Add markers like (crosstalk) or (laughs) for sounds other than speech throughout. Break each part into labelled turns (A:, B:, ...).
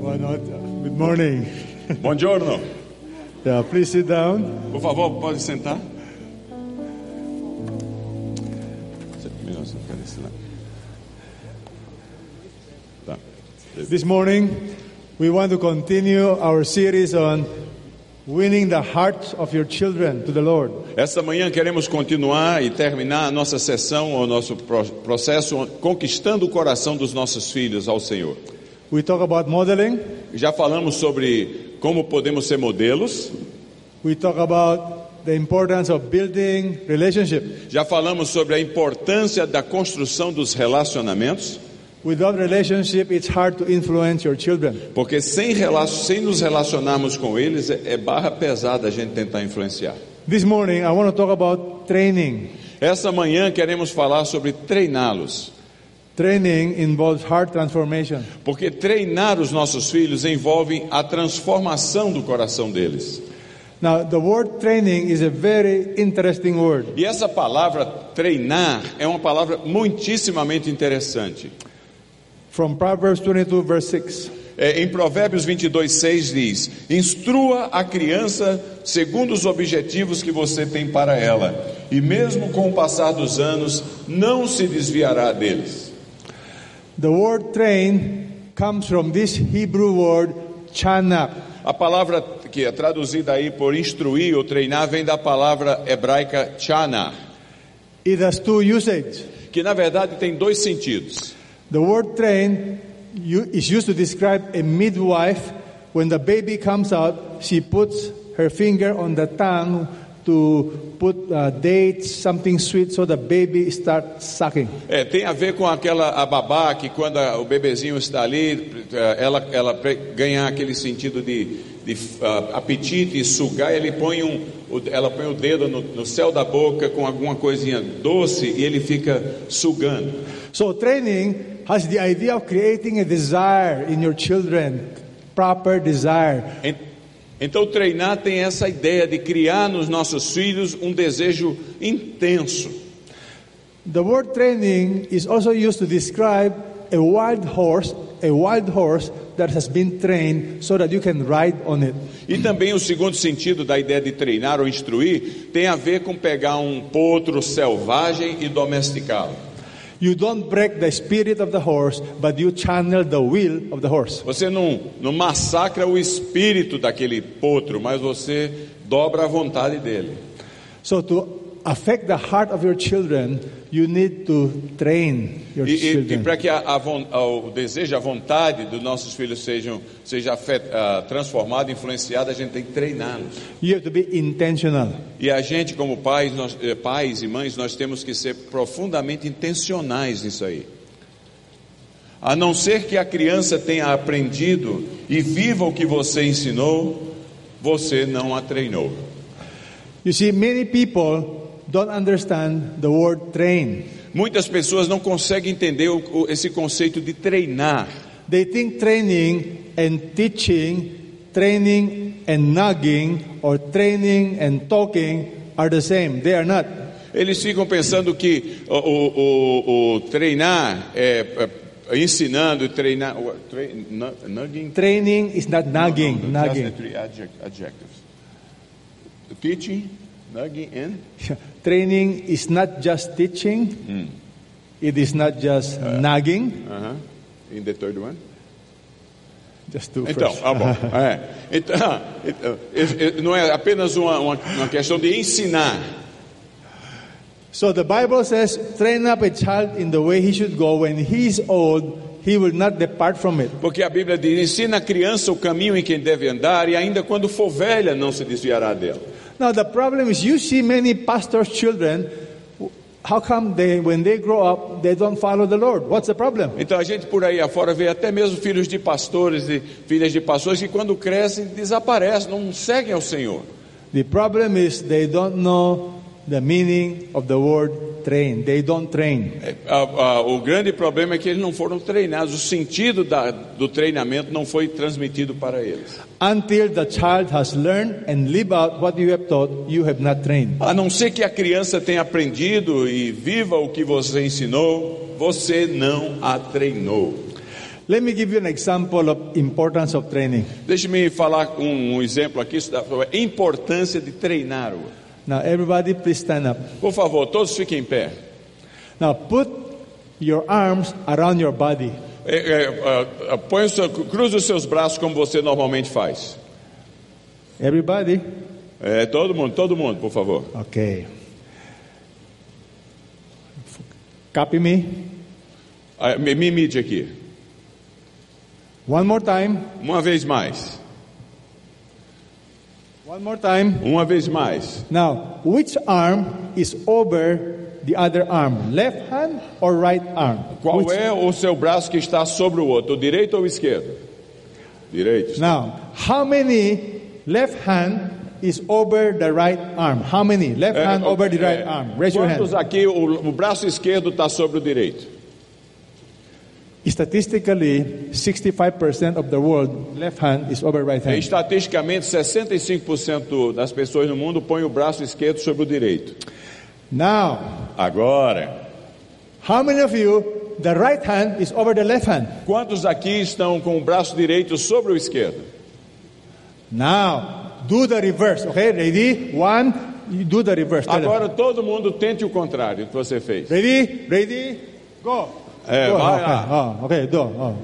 A: Good morning.
B: Bom giorno.
A: Yeah, please sit down.
B: Por favor, pode sentar. Melhor você ficar desse lado. Tá.
A: This morning, we want to continue our series on winning the hearts of your children to the Lord.
B: Esta manhã queremos continuar e terminar a nossa sessão, o nosso pro- processo, conquistando o coração dos nossos filhos ao Senhor.
A: We talk about modeling,
B: Já falamos sobre como podemos ser modelos,
A: we talk about the importance of building relationship.
B: já falamos sobre a importância da construção dos relacionamentos,
A: Without relationship, it's hard to influence your children.
B: porque sem, rela- sem nos relacionarmos com eles é é barra pesada a gente tentar influenciar.
A: This morning, I want to talk about training.
B: Esta manhã queremos falar sobre treiná-los,
A: Training involves heart transformation.
B: porque treinar os nossos filhos envolve a transformação do coração deles.
A: Now, the word training is a very interesting word.
B: E essa palavra treinar é uma palavra muitíssimamente interessante.
A: From Proverbs 22, verse 6.
B: É, em Provérbios 22:6 diz: Instrua a criança segundo os objetivos que você tem para ela, e mesmo com o passar dos anos, não se desviará deles.
A: The word train comes from this Hebrew word chanak.
B: A palavra que é traduzida aí por instruir ou treinar vem da palavra hebraica chana,
A: It has two usages.
B: que na verdade tem dois sentidos.
A: The word train u- is used to describe a midwife. When the baby comes out, she puts her finger on the tongue to put uh, dates, something sweet, so the baby starts sucking.
B: É, tem a ver com aquela a babá que quando a- o bebezinho está ali, eh, ela, ela pre- ganha aquele sentido de, de ah, apetite e sugar, ele põe um, o- ela põe o dedo no, no céu da boca com alguma coisinha doce e ele fica sugando.
A: So training has the idea of creating a desire in your children, proper desire.
B: En- Então treinar tem essa ideia de criar nos nossos filhos um desejo intenso.
A: The word training is also used to describe a wild horse, a wild horse that has been trained so that you can ride on it.
B: E também o segundo sentido da ideia de treinar ou instruir tem a ver com pegar um potro selvagem e domesticá-lo.
A: You don't break the spirit of the horse, but you channel the will of the horse.
B: Você não, não massacra o espírito daquele potro, mas você dobra a vontade dele.
A: So to affect the heart of your children, you need to train your
B: E, e,
A: children.
B: para que a, a von- a- o desejo, a vontade dos nossos filhos sejam, seja afet, ah, transformada, influenciada, a gente tem que treiná-los.
A: You have to be intentional.
B: E a gente, como pais, nós, eh, pais e mães, nós temos que ser profundamente intencionais nisso aí. A não ser que a criança tenha aprendido e viva o que você ensinou, você não a treinou.
A: You see, many people don't understand the word train.
B: Muitas pessoas não conseguem entender o- o- esse conceito de treinar.
A: They think training and teaching, training and nagging, or training and talking are the same. They are not.
B: Eles ficam pensando que o, o- o- o treinar é, é, ensinando, treinar. o- Tre, nu- nugging?
A: Training is not nagging.
B: Não, just the
A: nagging.
B: three adjec- adjectives. Teaching, nugging and.
A: (laughs) Training is not just teaching. It is not just nagging.
B: Uh In the third one.
A: Just two
B: Então,
A: first. (laughs)
B: ah, bom. É. Então, então, é- é- não é apenas uma- uma, uma questão de ensinar.
A: So the Bible says, train up a child in the way he should go. When he is old, he will not depart from it.
B: Porque a Bíblia diz: ensina a criança o caminho em que deve andar, e ainda quando for velha não se desviará dela.
A: Now the problem is you see many pastors' children. How come they, when they grow up, they don't follow the Lord? What's the problem?
B: Então a gente por aí afora vê até mesmo filhos de pastores e filhas de pastores que quando crescem desaparecem, não seguem ao Senhor.
A: The problem is they don't know the meaning of the word train. They don't train.
B: É, a- a- o grande problema é que eles não foram treinados, o sentido da- do treinamento não foi transmitido para eles.
A: Until the child has learned and live out what you have taught, you have not trained.
B: A não ser que a criança tenha aprendido e viva o que você ensinou, você não a treinou.
A: Let me give you an example of importance of training.
B: Deixe-me falar um, um exemplo aqui sobre a importância de treinar. -o.
A: Now everybody please stand up.
B: Por favor, todos fiquem em pé.
A: Now put your arms around your body.
B: É, é, ah, ah, põe o seu, cruza os seus braços como você normalmente faz.
A: Everybody?
B: É, todo mundo, todo mundo, por favor.
A: Okay. Copy me.
B: Ah, me, me imite aqui.
A: One more time.
B: Uma vez mais.
A: One more time.
B: Uma vez mais.
A: Now, which arm is over the other arm? Left hand or right arm?
B: Qual
A: Which-
B: é o seu braço que está sobre o outro, o direito ou o esquerdo? Direito.
A: Now, how many left hand is over the right arm? How many left
B: É,
A: hand over the
B: é,
A: right arm? Raise your
B: quantos
A: hand.
B: aqui o, o braço esquerdo está sobre o direito?
A: Statistically, 65% of the world left hand is over right hand.
B: Estatisticamente, 65% das pessoas no mundo põem o braço esquerdo sobre o direito.
A: Now,
B: Agora,
A: how many of you the right hand is over the left hand?
B: quantos aqui estão com o braço direito sobre o esquerdo?
A: Now, do the reverse. Okay, ready? One, you do the reverse. Tell them.
B: Agora todo mundo tente o contrário do que você fez.
A: Ready? Ready? Go.
B: É,
A: Go.
B: vai
A: okay.
B: lá.
A: Oh, okay, do.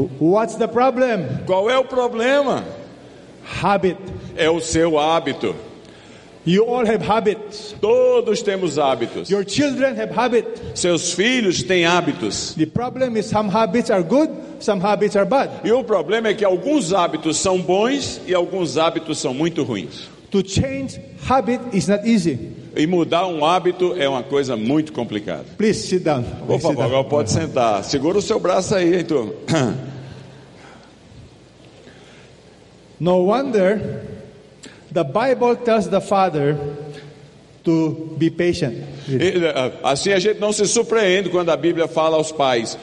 A: Oh. What's the problem?
B: Qual é o problema?
A: Habit.
B: É o seu hábito.
A: You all have habits.
B: Todos temos hábitos.
A: Your children have habit.
B: Seus filhos têm hábitos.
A: The problem is some habits are good, some habits are bad.
B: E o problema é que alguns hábitos são bons e alguns hábitos são muito ruins.
A: To change habit is not easy.
B: E mudar um hábito é uma coisa muito complicada.
A: Please sit down.
B: Por
A: Okay, sit
B: favor,
A: down.
B: agora pode sentar. Segura o seu braço aí, hein, turma.
A: No wonder the Bible tells the father to be patient.
B: E, eh, Assim a gente não se surpreende quando a Bíblia fala aos pais: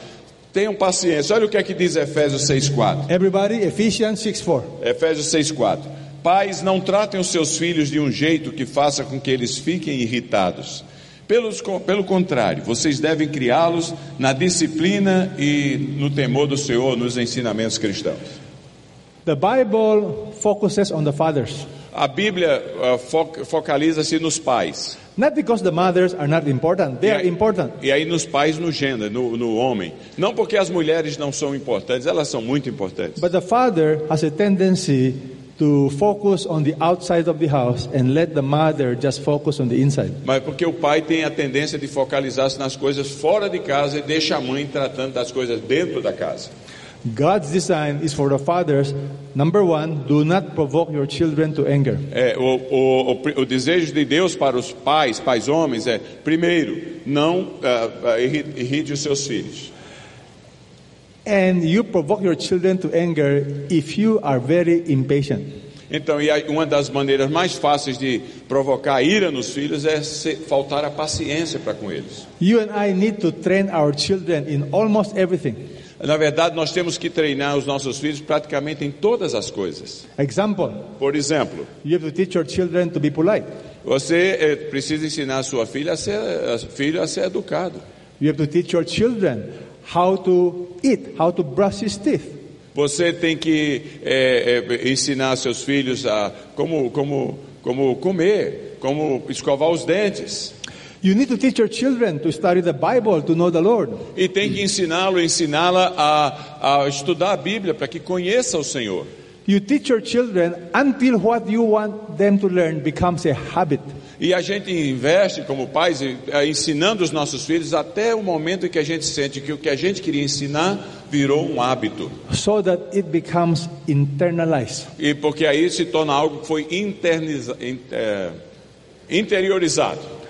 B: tenham paciência. Olha o que é que diz Efésios 6,4.
A: Everybody, Ephesians 6 4.
B: Efésios 6,4. Pais, não tratem os seus filhos de um jeito que faça com que eles fiquem irritados. Pelos, co- pelo contrário, vocês devem criá-los na disciplina e no temor do Senhor, nos ensinamentos cristãos.
A: The Bible focuses on the fathers.
B: A Bíblia ah, fo- focaliza-se nos pais.
A: Not because the mothers are not important, they are
B: aí-
A: important.
B: E aí nos pais no gênero, no, no homem. Não porque as mulheres não são importantes, elas são muito importantes.
A: But the father has a tendency to focus on the outside of the house and let the mother just focus on the inside.
B: Mas porque o pai tem a tendência de focalizar-se nas coisas fora de casa e deixa a mãe tratando das coisas dentro da casa.
A: God's design is for the fathers. Number one, do not provoke your children to anger.
B: É, o, o, o, pri- o desejo de Deus para os pais, pais homens, é, primeiro, não ah, ah, irri- irrite os seus filhos.
A: And you provoke your children to anger if you are very impatient.
B: Então, e aí, uma das maneiras mais fáceis de provocar ira nos filhos é se- faltar a paciência para com eles.
A: You and I need to train our children in almost everything.
B: Na verdade, nós temos que treinar os nossos filhos praticamente em todas as coisas.
A: Example,
B: Por exemplo,
A: you have to teach your children to be polite.
B: você eh, precisa ensinar a sua filha a ser, a filho a ser educado.
A: You have to teach your children how to eat, how to brush his teeth.
B: Você tem que eh, eh, ensinar seus filhos a como, como, como comer, como escovar os dentes.
A: You need to teach your children to study the Bible to know the Lord.
B: E tem que ensiná-lo, ensiná-la a, a estudar a Bíblia para que conheça o Senhor.
A: You teach your children until what you want them to learn becomes a habit.
B: E a gente investe como pais eh, eh, ensinando os nossos filhos até o momento em que a gente sente que o que a gente queria ensinar virou um hábito.
A: so that it becomes internalized.
B: E porque aí se torna é, algo que foi interniza, in- eh, interiorizado.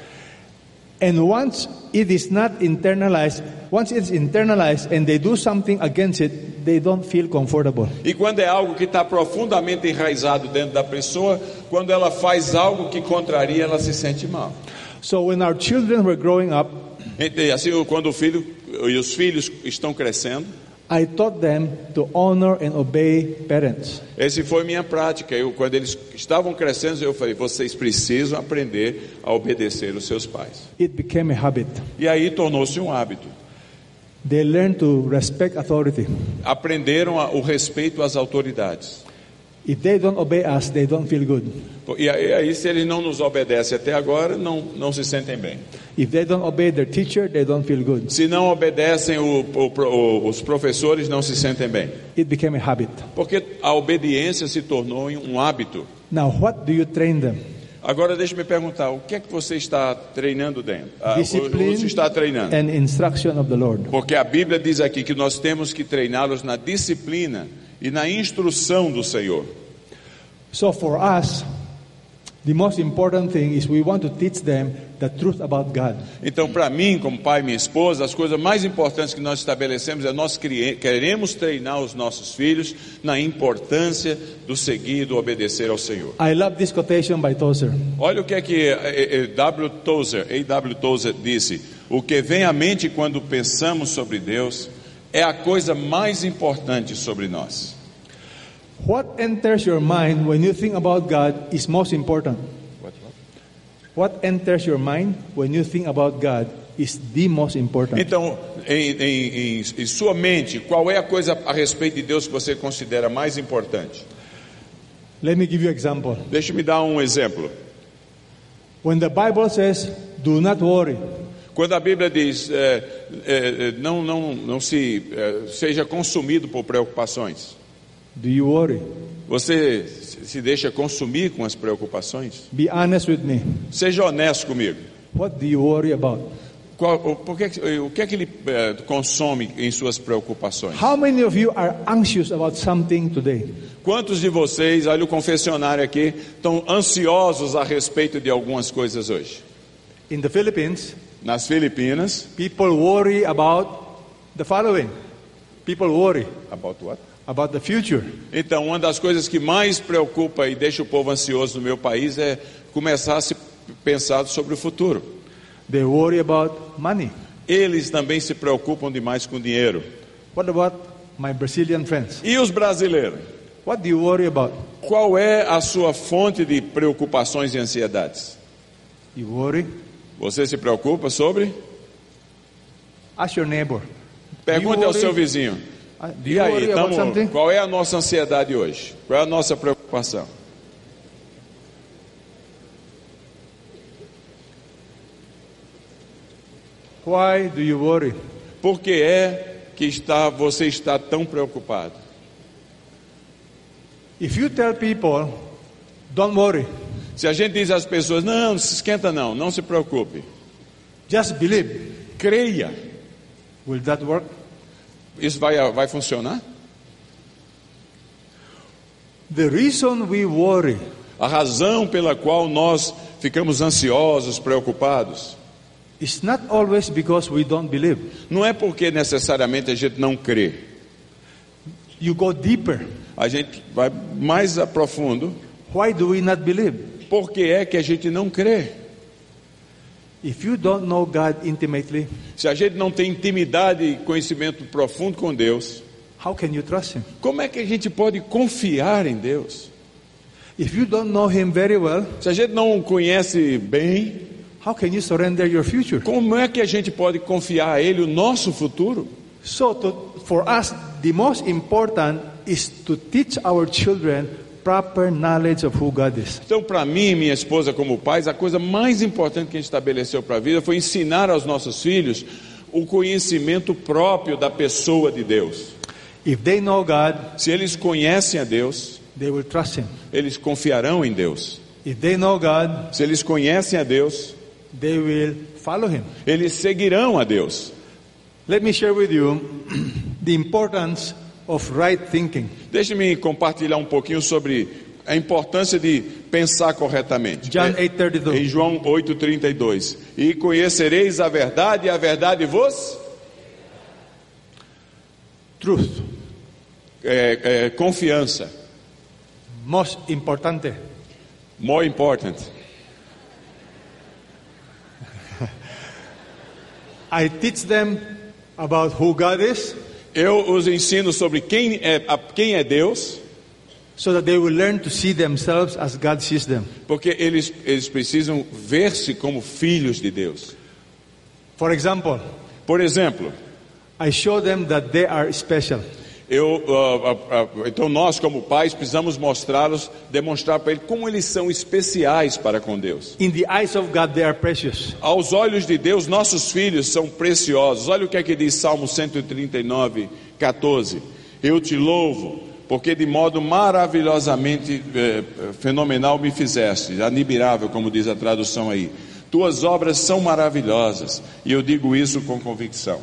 A: And once it is not internalized, once it's internalized and they do something against it, they don't feel comfortable.
B: E quando é algo que está profundamente enraizado dentro da pessoa, quando ela faz algo que contraria, ela se sente mal.
A: So when our children were growing up,
B: Ente- Assim, quando o filho e os filhos estão crescendo,
A: I taught them to honor and obey parents.
B: esse foi minha prática. Eu, quando eles estavam crescendo, eu falei: vocês precisam aprender a obedecer os seus pais.
A: It became a habit.
B: E aí tornou-se um hábito.
A: They learn to respect authority.
B: Aprenderam a- o respeito às autoridades.
A: If they don't obey us, they don't feel good.
B: E aí, aí, se eles não nos obedecem até agora, não, não se sentem bem.
A: If they don't obey their teacher, they don't feel good.
B: Se não obedecem o- o- o- os professores, não se sentem bem.
A: It became a habit.
B: Porque a obediência se tornou um hábito.
A: Now, what do you train them?
B: Agora deixa me perguntar, o que é que você está treinando dentro? Ah,
A: Discipline
B: o- Você está treinando?
A: and instruction of the Lord.
B: Porque a Bíblia diz aqui que nós temos que treiná-los na disciplina e na instrução do Senhor.
A: So, for us, the most important thing is we want to teach them the truth about God.
B: Então, para mim, como pai e minha esposa, as coisas mais importantes que nós estabelecemos é nós crie- queremos treinar os nossos filhos na importância do seguir e do obedecer ao Senhor.
A: I love this quotation by Tozer.
B: Olha o que é que eh, eh, W. Tozer, A.W. Tozer disse: O que vem à mente quando pensamos sobre Deus é a coisa mais importante sobre nós.
A: What enters your mind when you think about God is most important. What enters your mind when you think about God is the most important.
B: Então, em, em- em- em sua mente, qual é a coisa a respeito de Deus que você considera mais importante?
A: Let me give you an example.
B: Deixa-me dar um exemplo.
A: When the Bible says, do not worry,
B: Quando a Bíblia diz, eh, eh, eh, não, não, não se eh, seja consumido por preocupações,
A: do you worry?
B: você se se deixa consumir com as preocupações?
A: Be honest with me.
B: Seja honesto comigo.
A: What do you worry about?
B: Qual, o, por que que- o que é que ele eh, consome em suas preocupações?
A: How many of you are anxious about something today?
B: Quantos de vocês, olha o confessionário aqui, estão ansiosos a respeito de algumas coisas hoje?
A: In the Philippines,
B: Nas Filipinas,
A: people worry about the following. People worry
B: About what?
A: about the future.
B: Então, uma das coisas que mais preocupa e deixa o povo ansioso no meu país é começar a se pensar sobre o futuro.
A: They worry about money.
B: Eles também se preocupam demais com dinheiro.
A: What about my Brazilian friends?
B: E os brasileiros?
A: What do you worry about?
B: Qual é a sua fonte de preocupações e ansiedades?
A: You worry?
B: Você se preocupa sobre?
A: Ask your neighbor.
B: Pergunte
A: You
B: ao
A: worry-
B: seu vizinho.
A: Uh, Do
B: E
A: you
B: aí,
A: worry about
B: tamo,
A: something?
B: qual é a nossa ansiedade hoje? Qual é a nossa preocupação?
A: Why do you worry?
B: Por que é que está, você está tão preocupado?
A: If you tell people, don't worry,
B: Se a gente diz às pessoas, não, não se esquenta não, não se preocupe.
A: just believe,
B: Creia.
A: will that work?
B: Isso vai, vai funcionar?
A: The reason we worry
B: A razão pela qual nós ficamos ansiosos, preocupados,
A: is not always because we don't believe.
B: não é porque necessariamente a gente não crê.
A: You go deeper.
B: A gente vai mais a profundo.
A: Why do we not believe?
B: Por que é que a gente não crê?
A: If you don't know God intimately,
B: Se a gente não tem intimidade e conhecimento profundo com Deus,
A: how can you trust Him?
B: como é que a gente pode confiar em Deus?
A: If you don't know Him very well,
B: Se a gente não o conhece bem,
A: how can you surrender your future?
B: como é que a gente pode confiar a Ele o nosso futuro?
A: So, to, for us, the most important is to teach our children proper knowledge of who God is.
B: Então, para mim e minha esposa, como pais, a coisa mais importante que a gente estabeleceu para a vida foi ensinar aos nossos filhos o conhecimento próprio da pessoa de Deus.
A: If they know God,
B: Se eles conhecem a Deus,
A: they will trust Him.
B: eles confiarão em Deus.
A: If they know God,
B: Se eles conhecem a Deus,
A: they will follow Him.
B: eles seguirão a Deus.
A: Let me share with you (clears throat) the importance of right thinking.
B: Deixe-me compartilhar um pouquinho sobre a importância de pensar corretamente.
A: John
B: É,
A: 8:32.
B: Em João 8:32. E conhecereis a verdade e a verdade vos
A: Truth,
B: é, é, confiança.
A: most importante.
B: More important.
A: I teach them about who God is
B: Eu os ensino sobre quem é, a- quem é Deus,
A: so that they will learn to see themselves as God sees them.
B: porque eles, eles precisam ver-se como filhos de Deus.
A: For example,
B: Por exemplo,
A: I show them that they are special.
B: eu, ah, ah, ah, então nós como pais precisamos mostrá-los, demonstrar para eles como eles são especiais para com Deus.
A: In the eyes of God, they are precious.
B: Aos olhos de Deus, nossos filhos são preciosos. Olha o que é que diz Salmo 139, 14. Eu te louvo, porque de modo maravilhosamente eh, eh, fenomenal me fizeste, admirável, como diz a tradução aí. Tuas obras são maravilhosas, e eu digo isso com convicção.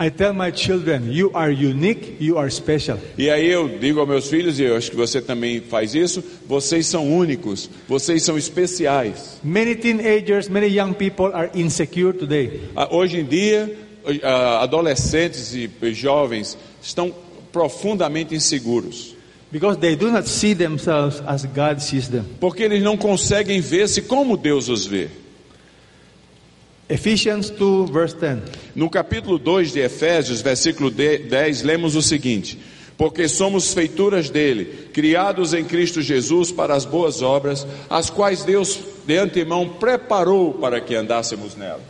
A: I tell my children, you are unique, you are special.
B: E aí eu digo aos meus filhos, e eu acho que você também faz isso, vocês são únicos, vocês são especiais.
A: Many teenagers, many young people are insecure today.
B: Ah, Hoje em dia, ah, adolescentes e jovens estão profundamente inseguros,
A: Because they do not see themselves as God sees them.
B: porque eles não conseguem ver-se como Deus os vê.
A: Ephesians 2, verse 10.
B: No capítulo 2 de Efésios, versículo de- 10, lemos o seguinte: Porque somos feituras dele, criados em Cristo Jesus para as boas obras, as quais Deus de antemão preparou para que andássemos nela.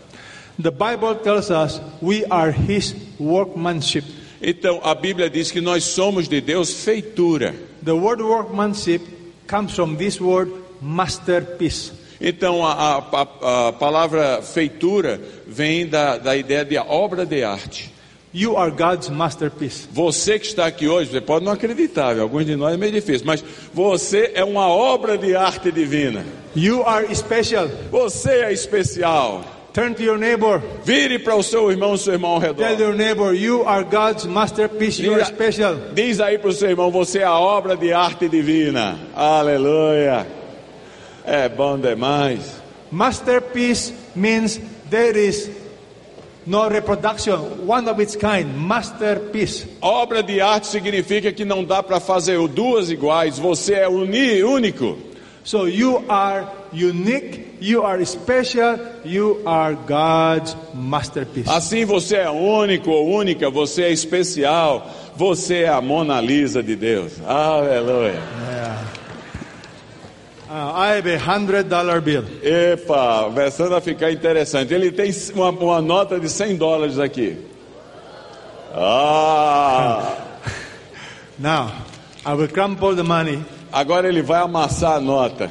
A: The Bible tells us we are His workmanship.
B: Então, a Bíblia diz que nós somos de Deus feitura.
A: The word workmanship comes from this word masterpiece.
B: Então a, a- a- a palavra feitura vem da, da ideia de obra de arte.
A: You are God's masterpiece.
B: Você que está aqui hoje, você pode não acreditar, viu? alguns de nós é meio difícil, mas você é uma obra de arte divina.
A: You are special.
B: Você é especial.
A: Turn to your neighbor.
B: Vire para o seu irmão, seu irmão ao
A: Tell
B: redor.
A: your neighbor, you are God's masterpiece. You are special.
B: Diz aí para o seu irmão, você é a obra de arte divina. Aleluia. É bom demais.
A: Masterpiece means there is no reproduction, one of its kind. Masterpiece.
B: Obra de arte significa que não dá para fazer duas iguais. Você é uni, único.
A: So you are unique, you are special, you are God's masterpiece. Uh,
B: Assim você é único ou única, você é especial, você é a Mona Lisa de Deus. Aleluia.
A: Uh, I have a hundred dollar bill.
B: Epa, começando a ficar interessante. Ele tem uma, uma nota de 100 dólares aqui. Ah!
A: Now, I will crumple the money,
B: Agora ele vai amassar a nota.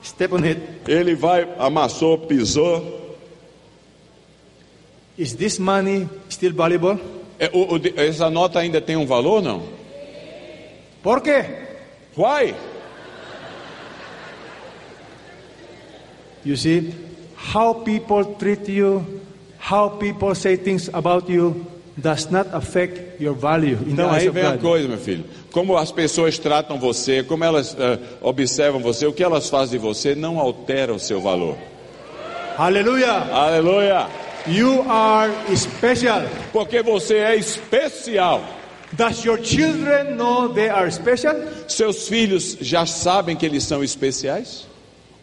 A: step on it.
B: Ele vai, amassou, pisou.
A: Is this money still valuable?
B: É, o- o de- essa nota ainda tem um valor não?
A: Por quê?
B: Why?
A: You see, how people treat you, how people say things about you, does not affect your value in
B: Então
A: the eyes
B: aí
A: of
B: vem a
A: God.
B: coisa, meu filho. Como as pessoas tratam você, como elas eh, observam você, o que elas fazem de você não altera o seu valor.
A: Hallelujah!
B: Aleluia!
A: You are special.
B: Porque você é especial.
A: Does your children know they are special?
B: Seus filhos já sabem que eles são especiais?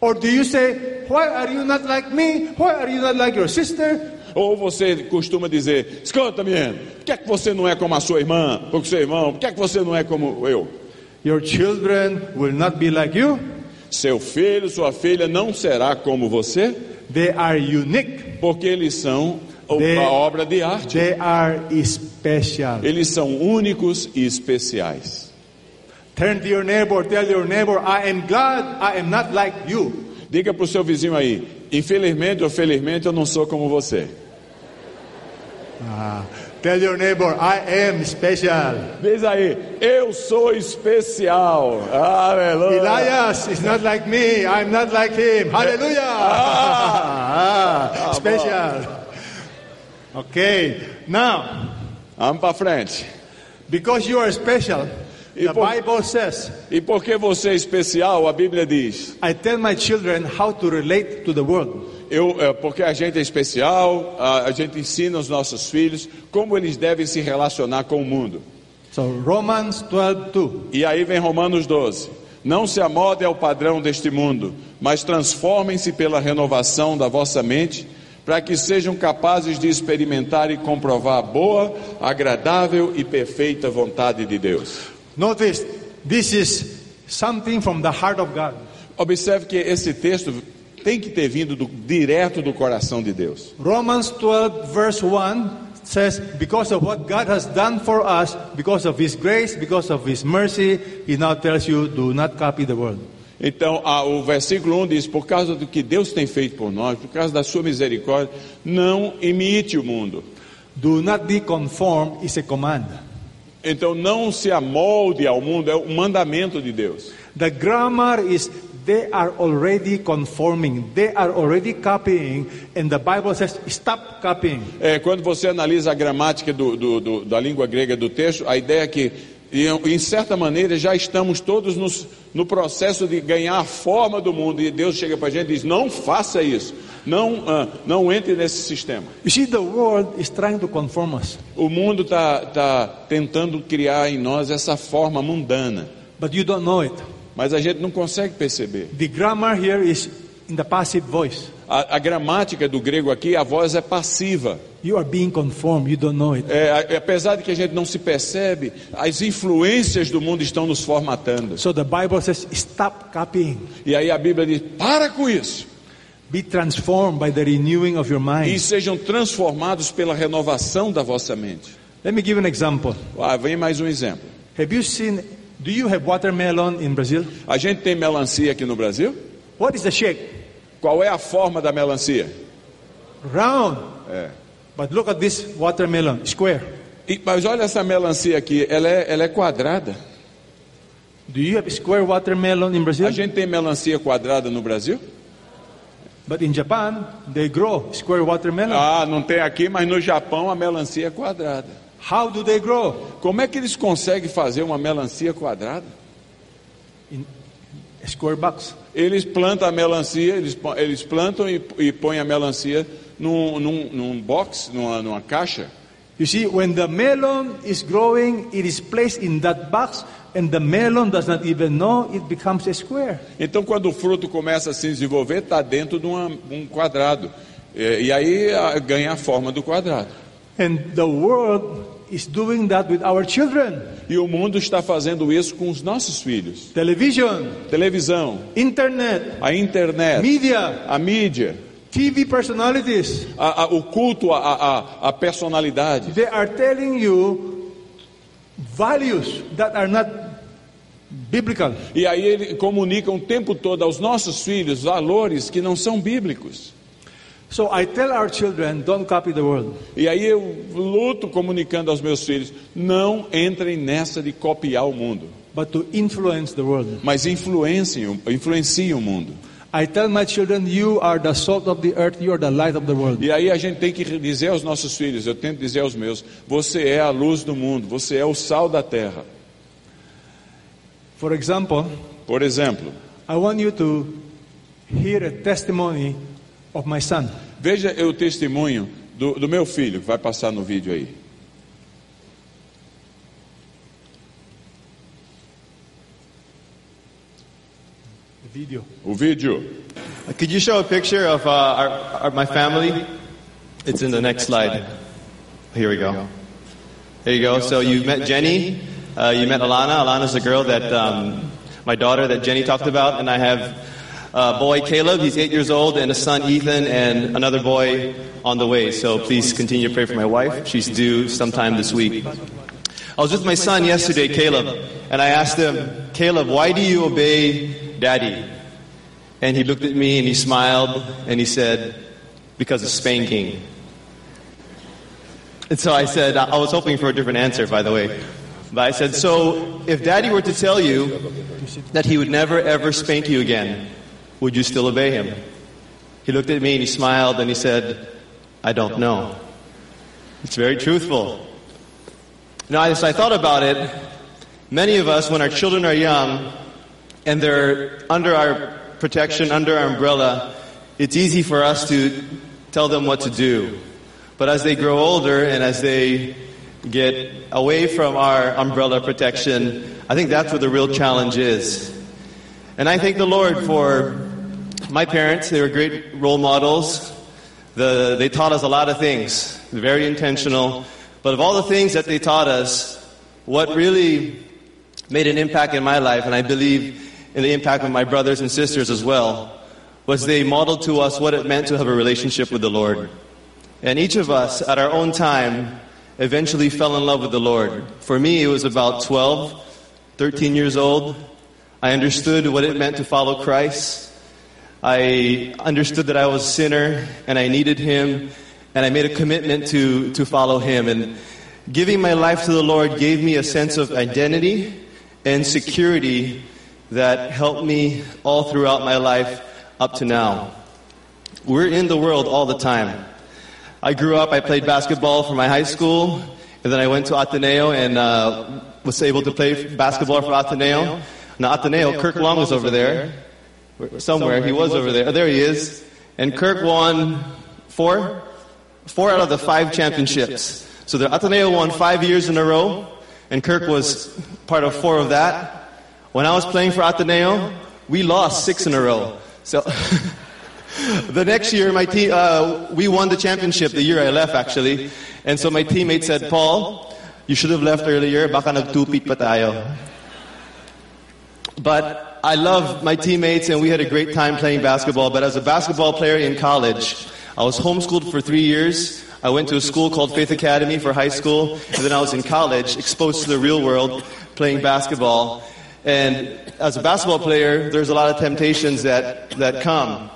A: Or do you say, why are you not like me? Why are you not like your sister?
B: Ou você costuma dizer: escuta, menino, por que, é que você não é como a sua irmã, ou como seu irmão? Por que, é que você não é como eu?
A: Your children will not be like you.
B: Seu filho, sua filha não será como você,
A: They are unique.
B: porque eles são
A: De-
B: uma obra de arte.
A: They are special.
B: Eles são únicos e especiais.
A: Turn to your neighbor, tell your neighbor, I am glad I am not like you.
B: Diga para o seu vizinho aí: infelizmente ou felizmente eu não sou como você.
A: Tell your neighbor, I am special.
B: Diz aí, eu sou especial. Aleluia.
A: Elias is not like me. I'm not like him. Hallelujah. (laughs)
B: Ah,
A: special. Okay. Now,
B: Vamos para frente.
A: because you are special,
B: E,
A: The
B: por-
A: Bible says,
B: e porque você é especial, a Bíblia diz.
A: I tell my children how to relate to the world.
B: Eu, é, porque a gente é especial, a, a gente ensina os nossos filhos como eles devem se relacionar com o mundo.
A: So Romans 12:2.
B: E aí vem Romanos 12. Não se amodem ao padrão deste mundo, mas transformem-se pela renovação da vossa mente, para que sejam capazes de experimentar e comprovar a boa, agradável e perfeita vontade de Deus.
A: Notice, this is something from the heart of God.
B: Observe que esse texto tem que ter vindo do- direto do coração de Deus.
A: Romans 12, verse 1 says, Because of what God has done for us, because of His grace, because of His mercy, He now tells you, do not copy the world.
B: Então, a- o versículo 1 diz: Por causa do que Deus tem feito por nós, por causa da sua misericórdia, não imite o mundo.
A: Do not be conformed is a command.
B: Então, não se amolde ao mundo, é o mandamento de Deus.
A: The grammar is they are already conforming, they are already copying, and the Bible says, stop copying.
B: É, quando você analisa a gramática do- do- do- da língua grega do texto, a ideia é que, em, em certa maneira, já estamos todos nos- no processo de ganhar a forma do mundo, e Deus chega para a gente e diz: Não faça isso, não, ah, não entre nesse sistema.
A: You see, the world is trying to conform us,
B: O mundo está tentando criar em nós essa forma mundana,
A: but you don't know it.
B: mas a gente não consegue perceber.
A: The grammar here is in the passive voice.
B: A, a gramática do grego aqui, a voz é passiva.
A: You are being conformed, you don't know it.
B: É, a- apesar de que a gente não se percebe, as influências do mundo estão nos formatando.
A: So the Bible says, stop copying.
B: E aí a Bíblia diz: para com isso
A: Be transformed by the renewing of your
B: e
A: mind.
B: sejam transformados pela renovação da vossa mente.
A: Let me give an example.
B: Ah, vem mais um exemplo.
A: Have you seen, do you have watermelon in Brazil?
B: A gente tem melancia aqui no Brasil.
A: What is the shape?
B: Qual é a forma da melancia?
A: Round. But look at this watermelon, square.
B: E- mas olha essa melancia aqui, ela é, ela é quadrada.
A: Do you have square watermelon in
B: A
A: Brazil?
B: gente tem melancia quadrada no Brasil?
A: But in Japan, they grow square watermelon.
B: Ah, não tem aqui, mas no Japão a melancia é quadrada.
A: How do they grow?
B: Como é que eles conseguem fazer uma melancia quadrada?
A: In a square box.
B: Eles plantam a melancia, eles, pon- eles plantam e, e põem a melancia num, num, num box, numa, numa caixa.
A: You see, when the melon is growing, it is placed in that box, and the melon does not even know it becomes a square.
B: Então, quando o fruto começa a se desenvolver, está dentro de uma- um quadrado. É, E, aí a- ganha a forma do quadrado.
A: And the world is doing that with our children.
B: E o mundo está fazendo isso com os nossos filhos.
A: Television,
B: Televisão,
A: internet,
B: a internet,
A: media,
B: a mídia,
A: TV personalities.
B: a- a- o culto à à- à personalidade.
A: They are telling you values that are not biblical.
B: E aí ele comunica o tempo todo aos nossos filhos valores que não são bíblicos.
A: So I tell our children, don't copy the world.
B: E aí eu luto comunicando aos meus filhos, não entrem nessa de copiar o mundo,
A: but to influence the world.
B: mas influenciem, o- influenciem o mundo.
A: I tell my children, you are the salt of the earth, you are the light of the world.
B: E aí a gente tem que dizer aos nossos filhos, eu tento dizer aos meus, você é a luz do mundo, você é o sal da terra.
A: For example,
B: Por exemplo,
A: I want you to hear a testimony of my son.
B: veja o testemunho do, do meu filho, que vai passar no vídeo aí.
A: The video.
B: O vídeo.
C: Could you show a picture of uh, our, our, my family? It's in the next slide. Here we go. There you go. So you met Jenny. Uh, you met Alana. Alana's the girl that um, my daughter that Jenny talked about, and I have uh, a boy Caleb. He's eight years old, and a son Ethan, and another boy on the way. So please continue to pray for my wife. She's due sometime this week. I was with my son yesterday, Caleb, and I asked him, Caleb, why do you obey Daddy? And he looked at me and he smiled and he said, Because of spanking. And so I said, I I was hoping for a different answer, by the way. But I said, So if daddy were to tell you that he would never ever spank you again, would you still obey him? He looked at me and he smiled and he said, I don't know. It's very truthful. Now, as I thought about it, Many of us, when our children are young and they're under our protection, under our umbrella, it's easy for us to tell them what to do. But as they grow older and as they get away from our umbrella protection, I think that's where the real challenge is. And I thank the Lord for my parents. They were great role models. The, they taught us a lot of things, very intentional. But of all the things that they taught us, what really made an impact in my life, and I believe in the impact of my brothers and sisters as well, was they modeled to us what it meant to have a relationship with the Lord. And each of us, at our own time, eventually fell in love with the Lord. For me, it was about 12, 13 years old. I understood what it meant to follow Christ. I understood that I was a sinner and I needed Him, and I made a commitment to, to follow Him. And giving my life to the Lord gave me a sense of identity and security that helped me all throughout my life up to now. We're in the world all the time. I grew up, I played basketball for my high school, and then I went to Ateneo and uh, was able to play basketball for Ateneo. Now, Ateneo, Kirk Long was over there. Somewhere, he was over there. Oh, there he is. And Kirk won four? Four out of the five championships. So the Ateneo won five years in a row, and Kirk was part of four of that. When I was playing for Ateneo, we lost six in a row. So. (laughs) the next year, my team, uh, we won the championship the year I left, actually. And so my teammate said, Paul, you should have left earlier. Baka nagtupit pa tayo. But I love my teammates, and we had a great time playing basketball. But as a basketball player in college, I was homeschooled for three years. I went to a school called Faith Academy for high school, and then I was in college, exposed to the real world, playing basketball. And as a basketball player, there's a lot of temptations that, that come.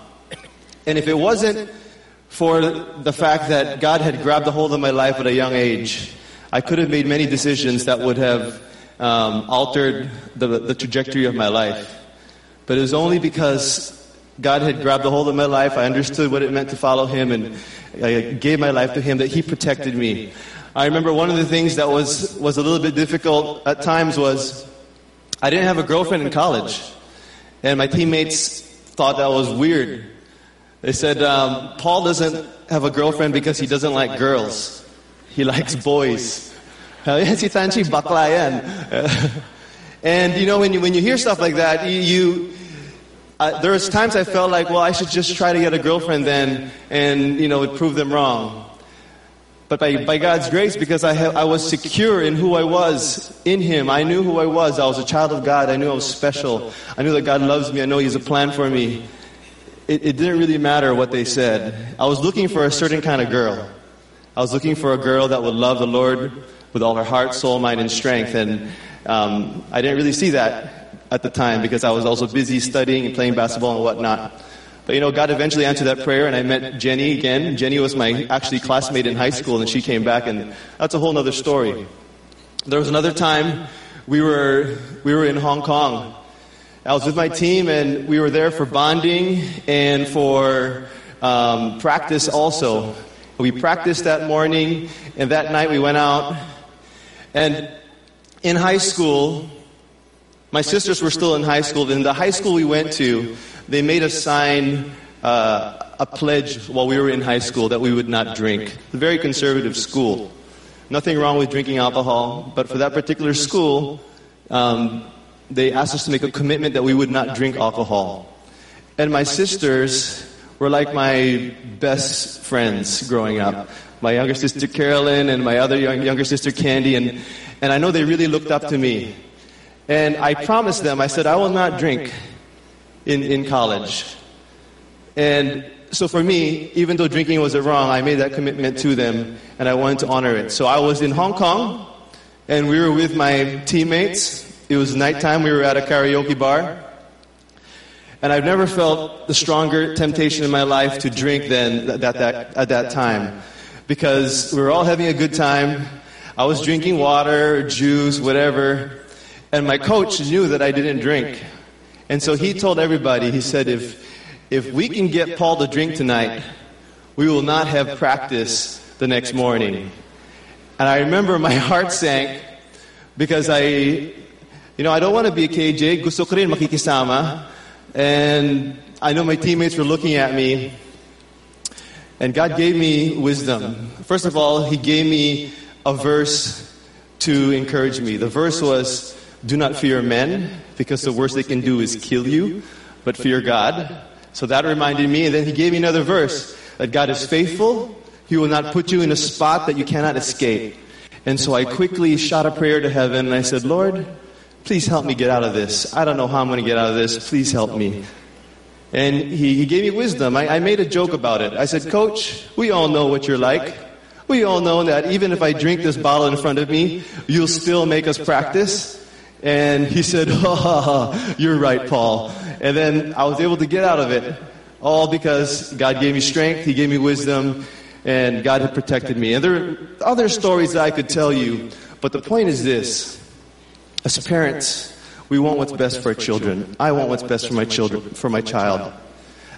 C: And if it wasn't for the fact that God had grabbed a hold of my life at a young age, I could have made many decisions that would have um, altered the, the trajectory of my life. But it was only because God had grabbed a hold of my life, I understood what it meant to follow Him, and I gave my life to Him, that He protected me. I remember one of the things that was, was a little bit difficult at times was I didn't have a girlfriend in college, and my teammates thought that was weird they said, um, Paul doesn't have a girlfriend because he doesn't like girls. He likes (laughs) boys. Si Tanchi bakla yan. (laughs) And you know, when you, when you hear stuff like that, you, you uh, there was times I felt like, well, I should just try to get a girlfriend then and, you know, it prove them wrong. But by, by God's grace, because I, have, I was secure in who I was in Him, I knew who I was. I was a child of God. I knew I was special. I knew that God loves me. I know He has a plan for me. It, it, didn't really matter what they said. I was looking for a certain kind of girl. I was looking for a girl that would love the Lord with all her heart, soul, mind, and strength. And um, I didn't really see that at the time because I was also busy studying and playing basketball and whatnot. But you know, God eventually answered that prayer, and I met Jenny again. Jenny was my actually classmate in high school, and she came back, and that's a whole other story. There was another time we were we were in Hong Kong I was with my team, and we were there for bonding and for um, practice also. We practiced that morning, and that night we went out. And in high school, my sisters were still in high school. In the high school we went to, they made us sign uh, a pledge while we were in high school that we would not drink. A very conservative school. Nothing wrong with drinking alcohol, but for that particular school, um, they asked us to make a commitment that we would not drink alcohol. And my sisters were like my best friends growing up. My younger sister Carolyn and my other young, younger sister Candy, and, and I know they really looked up to me. And I promised them, I said, I will not drink in, in college. And so for me, even though drinking was wrong, I made that commitment to them and I wanted to honor it. So I was in Hong Kong and we were with my teammates, it was nighttime. We were at a karaoke bar. And I've never felt the stronger temptation in my life to drink than that, that, that, at that time. Because we were all having a good time. I was drinking water, juice, whatever. And my coach knew that I didn't drink. And so he told everybody, he said, if, if we can get Paul to drink tonight, we will not have practice the next morning. And I remember my heart sank because I you know, I don't want to be a KJ. Gusto ko rin makikisama. And I know my teammates were looking at me. And God gave me wisdom. First of all, He gave me a verse to encourage me. The verse was, Do not fear men, because the worst they can do is kill you, but fear God. So that reminded me. And then He gave me another verse that God is faithful, He will not put you in a spot that you cannot escape. And so I quickly shot a prayer to heaven and I said, Lord, please help me get out of this. I don't know how I'm going to get out of this. Please help me. And he, he gave me wisdom. I, I made a joke about it. I said, Coach, we all know what you're like. We all know that even if I drink this bottle in front of me, you'll still make us practice. And he said, (laughs) oh, You're right, Paul. And then I was able to get out of it, all because God gave me strength, He gave me wisdom, and God had protected me. And there are other stories that I could tell you, but the point is this as parents, we want what's best for our children. I want what's best for my children, for my child.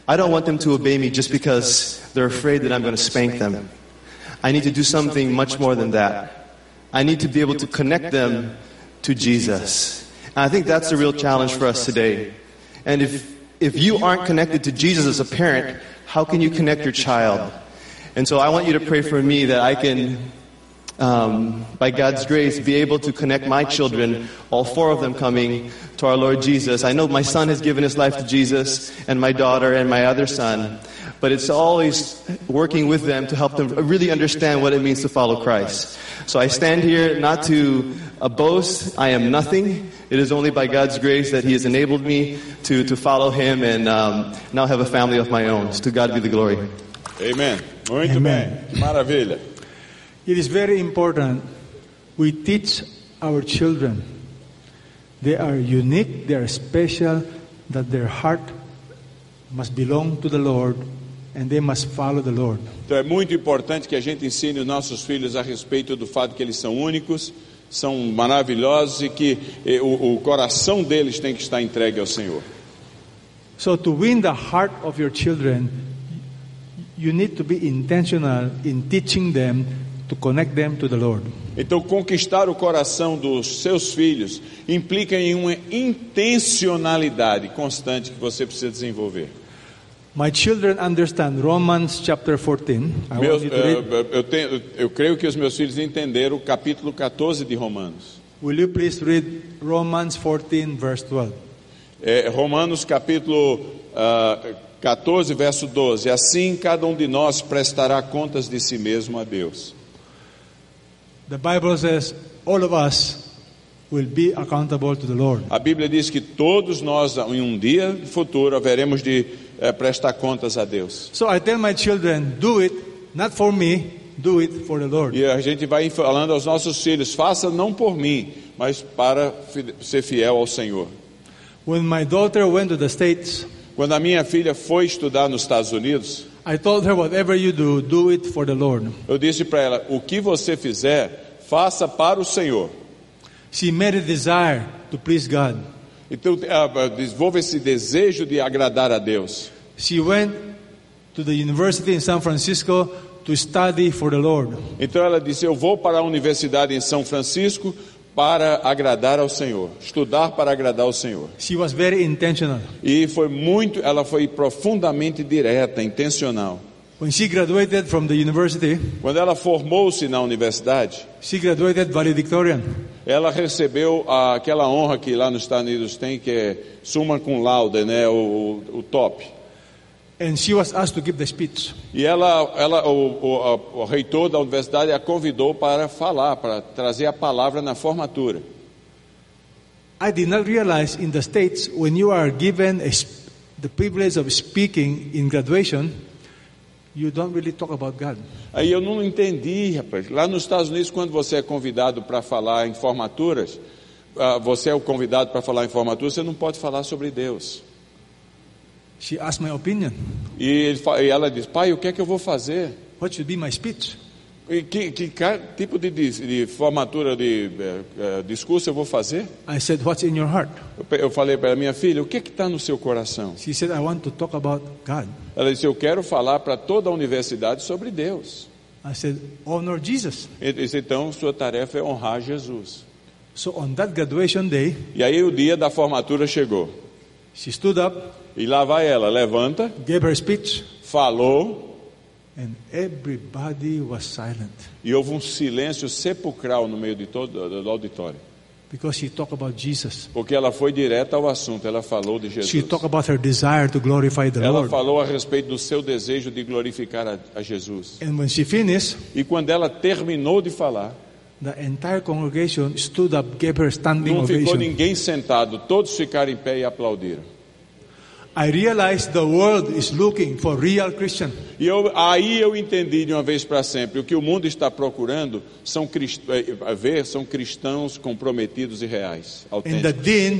C: I don't want them to obey me just because they're afraid that I'm going to spank them. I need to do something much more than that. I need to be able to connect them to Jesus. And I think that's the real challenge for us today. And if, if you aren't connected to Jesus as a parent, how can you connect your child? And so I want you to pray for me that I can um, by God's grace, be able to connect my children, all four of them coming, to our Lord Jesus. I know my son has given his life to Jesus, and my daughter, and my other son, but it's always working with them to help them really understand what it means to follow Christ. So I stand here not to uh, boast, I am nothing. It is only by God's grace that He has enabled me to, to follow Him and um, now have a family of my own. So to God be the glory.
B: Amen. Muito
A: Amen.
B: bem. Maravilha.
A: It is very important we teach our children. They are unique, they are special, that their heart must belong to the Lord and they must follow the Lord.
B: Então é muito importante que a gente ensine os nossos filhos a respeito do fato que eles são únicos, são maravilhosos e que eh, o, o coração deles tem que estar entregue ao Senhor.
A: So, to win the heart of your children, you need to be intentional in teaching them to connect them to the Lord.
B: Então, conquistar o coração dos seus filhos implica em uma intencionalidade constante que você precisa desenvolver.
A: My children understand Romans chapter 14. I
B: Meus,
A: want you to
B: eh,
A: read.
B: eu, tenho- eu creio que os meus filhos entenderam o capítulo 14 de Romanos.
A: Will you please read Romans 14, verse 12?
B: É, Romanos capítulo ah, 14, verso 12. Assim cada um de nós prestará contas de si mesmo a Deus.
A: The Bible says all of us will be accountable to the Lord.
B: A Bíblia diz que todos nós, em um dia futuro, haveremos de eh, prestar contas a Deus.
A: So I tell my children, do it not for me, do it for the Lord.
B: E a gente vai falando aos nossos filhos: faça não por mim, mas para fi- ser fiel ao Senhor.
A: When my daughter went to the States,
B: Quando a minha filha foi estudar nos Estados Unidos,
A: I told her, whatever you do, do it for the Lord.
B: eu disse para ela: o que você fizer, faça para o Senhor.
A: She made a desire to please God.
B: Então, ah, ah, desenvolva esse desejo de agradar a Deus.
A: She went to the university in San Francisco to study for the Lord.
B: Então ela disse: Eu vou para a universidade em São Francisco para agradar ao Senhor, estudar para agradar ao Senhor.
A: She was very intentional.
B: E foi muito, ela foi profundamente direta, intencional.
A: When she graduated from the university,
B: Quando ela formou-se na universidade,
A: she graduated valedictorian.
B: ela recebeu a- aquela honra que lá nos Estados Unidos tem, que é summa cum laude, né, o, o- o top.
A: And she was asked to give the speech.
B: E ela, ela o, o- a- o reitor da universidade a convidou para falar, para trazer a palavra na formatura.
A: I did not realize in the States when you are given a, sp- the privilege of speaking in graduation, you don't really talk about God.
B: Aí eu não entendi, rapaz. Lá nos Estados Unidos, quando você é convidado para falar em formaturas, ah, você é o convidado para falar em formatura, você não pode falar sobre Deus.
A: She asked my opinion.
B: E, ele fa- e ela diz: Pai, o que é que eu vou fazer?
A: What should be my speech?
B: E que, que ca- tipo de, dis- de formatura de eh, eh, discurso eu vou fazer?
A: I said, What's in your heart?
B: Eu pe- Eu falei para minha filha: O que é que está no seu coração?
A: She said, I want to talk about God.
B: Ela disse: Eu quero falar para toda a universidade sobre Deus.
A: I said, Honor Jesus.
B: Ele disse: Então, sua tarefa é honrar Jesus.
A: So on that graduation day,
B: E aí o dia da formatura chegou.
A: she stood up,
B: E lá vai ela, levanta,
A: gave her speech,
B: falou,
A: and everybody was silent
B: e houve um silêncio sepulcral no meio de todo do auditório.
A: because she talked about Jesus.
B: Porque ela foi direta ao assunto, ela falou de
A: She
B: Jesus.
A: talked about her desire to glorify the
B: Ela
A: Lord.
B: falou a respeito do seu desejo de glorificar a, a Jesus.
A: And when she finished,
B: E quando ela terminou de falar,
A: the entire congregation stood up, gave her a standing
B: não ficou
A: ovation.
B: ninguém sentado, todos ficaram em pé e aplaudiram.
A: I realized the world is looking for real Christian.
B: E eu, aí eu entendi de uma vez para sempre: o que o mundo está procurando são, crist- eh, eh, ver, são cristãos comprometidos e reais,
A: And the
B: autênticos.
A: dean,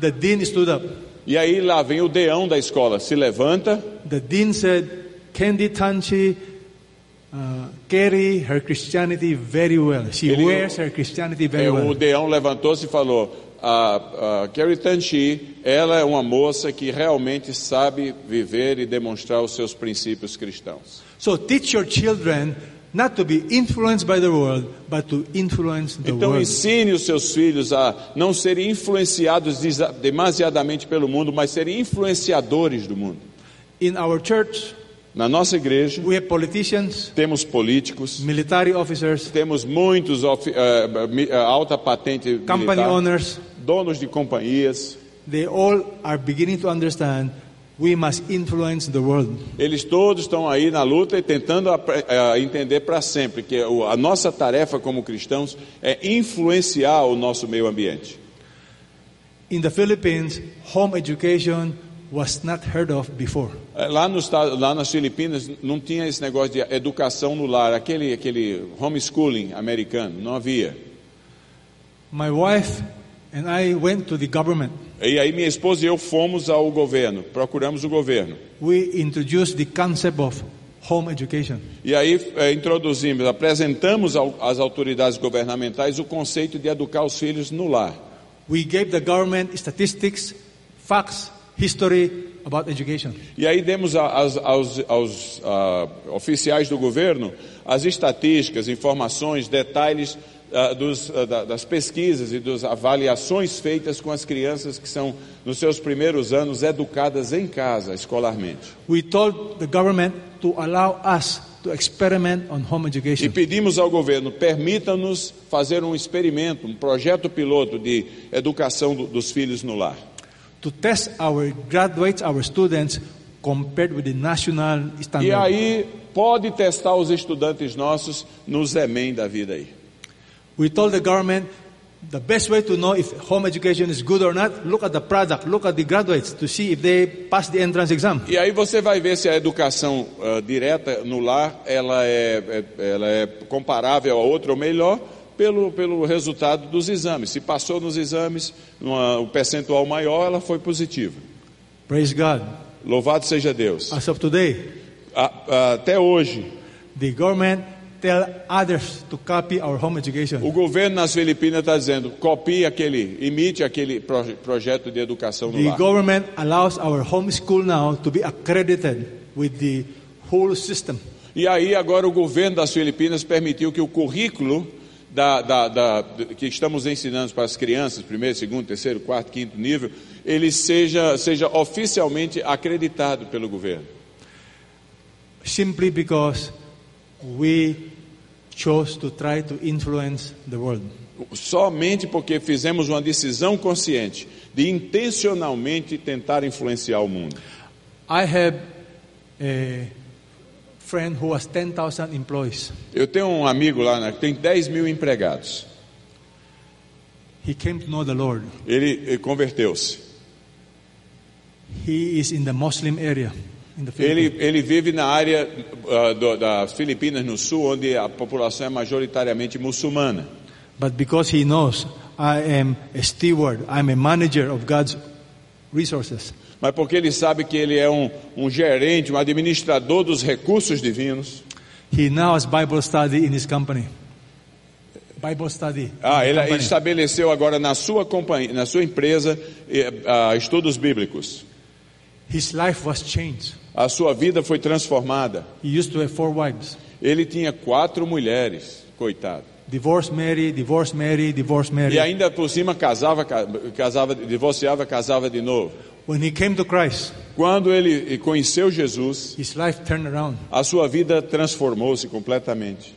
A: the dean stood up.
B: E aí lá vem o deão da escola, se levanta
A: The dean said, Candy Tanchi uh, carry her Christianity very well. She
B: Ele-
A: wears her Christianity very
B: É, o
A: well.
B: Deão levantou-se e falou: a, a Carrie Tanchi, ela é uma moça que realmente sabe viver e demonstrar os seus princípios cristãos.
A: So teach your children not to be influenced by the world, but to influence the
B: Então
A: world.
B: ensine os seus filhos a não serem influenciados desa- demasiadamente pelo mundo, mas serem influenciadores do mundo.
A: In our church,
B: Na nossa igreja
A: we have politicians,
B: temos políticos,
A: military officers,
B: temos muitos ofi- eh, mi- eh, alta patente
A: company
B: militar,
A: owners.
B: donos de companhias.
A: They all are beginning to understand we must influence the world.
B: Eles todos estão aí na luta e tentando apre- eh, entender para sempre que o- a nossa tarefa como cristãos é influenciar o nosso meio ambiente.
A: In the Philippines, home education was not heard of before.
B: Eh, Lá, nos Ta- lá nas Filipinas não tinha esse negócio de educação no lar, aquele, aquele homeschooling americano, não havia.
A: My wife and I went to the government.
B: E aí minha esposa e eu fomos ao governo, procuramos o governo.
A: We introduced the concept of home education.
B: E aí eh, introduzimos, apresentamos ao- às autoridades governamentais o conceito de educar os filhos no lar.
A: We gave the government statistics, facts, history about education.
B: E aí demos a- as- aos, aos, ah, oficiais do governo as estatísticas, informações, detalhes ah, dos, ah, da- das pesquisas e das avaliações feitas com as crianças que são, nos seus primeiros anos, educadas em casa, escolarmente.
A: We told the government to allow us to experiment on home
B: E
A: education.
B: pedimos ao governo, permita-nos fazer um experimento, um projeto piloto de educação do- dos filhos no lar.
A: to test our graduates, our students, compared with the national standard.
B: E aí pode testar os estudantes nossos nos EMEM da vida aí.
A: We told the government the best way to know if home education is good or not, look at the product, look at the graduates to see if they pass the entrance exam.
B: E aí você vai ver se a educação ah, direta no lar ela é, é- ela é comparável a outra ou melhor pelo, pelo resultado dos exames. Se passou nos exames, uma, o percentual maior, ela foi positiva.
A: Praise God.
B: Louvado seja Deus.
A: As of today,
B: A- a- até hoje,
A: the government tell others to copy our home education.
B: o governo nas Filipinas está dizendo: copie aquele, imite aquele proje- projeto de educação no
A: The
B: lar.
A: government allows our home school now to be accredited with the whole system.
B: E aí agora o governo das Filipinas permitiu que o currículo da- da- da- que estamos ensinando para as crianças, primeiro, segundo, terceiro, quarto, quinto nível, ele seja, seja oficialmente acreditado pelo governo.
A: simply because we chose to try to influence the world.
B: Somente porque fizemos uma decisão consciente de intencionalmente tentar influenciar o mundo.
A: I have a friend who has 10,000 employees.
B: Eu tenho um amigo lá né, que tem 10 mil empregados.
A: He came to know the Lord.
B: Ele eh, converteu-se.
A: He is in the Muslim area in the Philippines.
B: Ele, ele vive na área ah, do- das Filipinas no sul, onde a população é majoritariamente muçulmana.
A: But because he knows I am a steward, I'm a manager of God's resources,
B: Mas porque ele sabe que ele é um, um gerente, um administrador dos recursos divinos.
A: he now has Bible study in his company. Bible study.
B: Ah, ele
A: Company.
B: estabeleceu agora na sua companhia, na sua empresa, eh, ah, estudos bíblicos.
A: His life was changed.
B: A sua vida foi transformada.
A: He used to have four wives.
B: Ele tinha quatro mulheres, coitado.
A: Divorce Mary, divorce Mary, divorce Mary.
B: E ainda por cima casava, ca- casava, divorciava, casava de novo.
A: When he came to Christ,
B: Quando ele conheceu Jesus,
A: his life turned around.
B: a sua vida transformou-se completamente.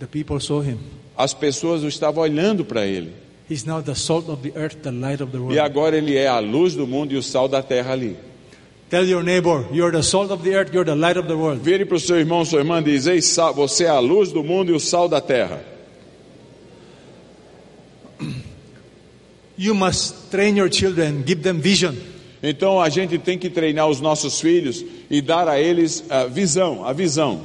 A: The people saw him.
B: As pessoas estavam olhando para ele.
A: He's now the salt of the earth, the light of the world.
B: E agora ele é a luz do mundo e o sal da terra ali.
A: Tell your neighbor, you're the salt of the earth, you're the light of the world.
B: Vire para o seu irmão, sua irmã, e diz: Ei, sal, você é a luz do mundo e o sal da terra.
A: You must train your children, give them vision.
B: Então a gente tem que treinar os nossos filhos e dar a eles a visão, a visão,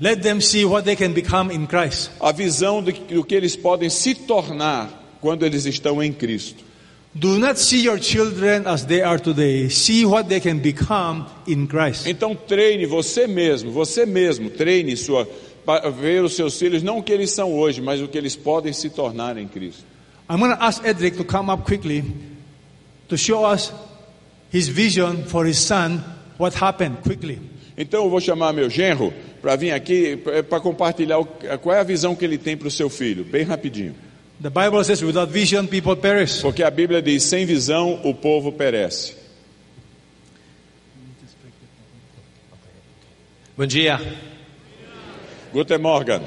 A: Let them see what they can become in Christ.
B: a visão do, que- do que eles podem se tornar quando eles estão em Cristo.
A: Do not see your children as they are today. See what they can become in Christ.
B: Então treine você mesmo, você mesmo, treine sua para ver os seus filhos não o que eles são hoje, mas o que eles podem se tornar em Cristo.
A: I'm going to ask Edric to come up quickly to show us his vision for his son, what happened quickly.
B: Então eu vou chamar meu genro para vir aqui para compartilhar o, qual é a visão que ele tem para o seu filho, bem rapidinho.
A: The Bible says, without vision, people perish.
B: Porque a Bíblia diz: sem visão o povo perece.
D: Bom dia.
B: Guten Morgan.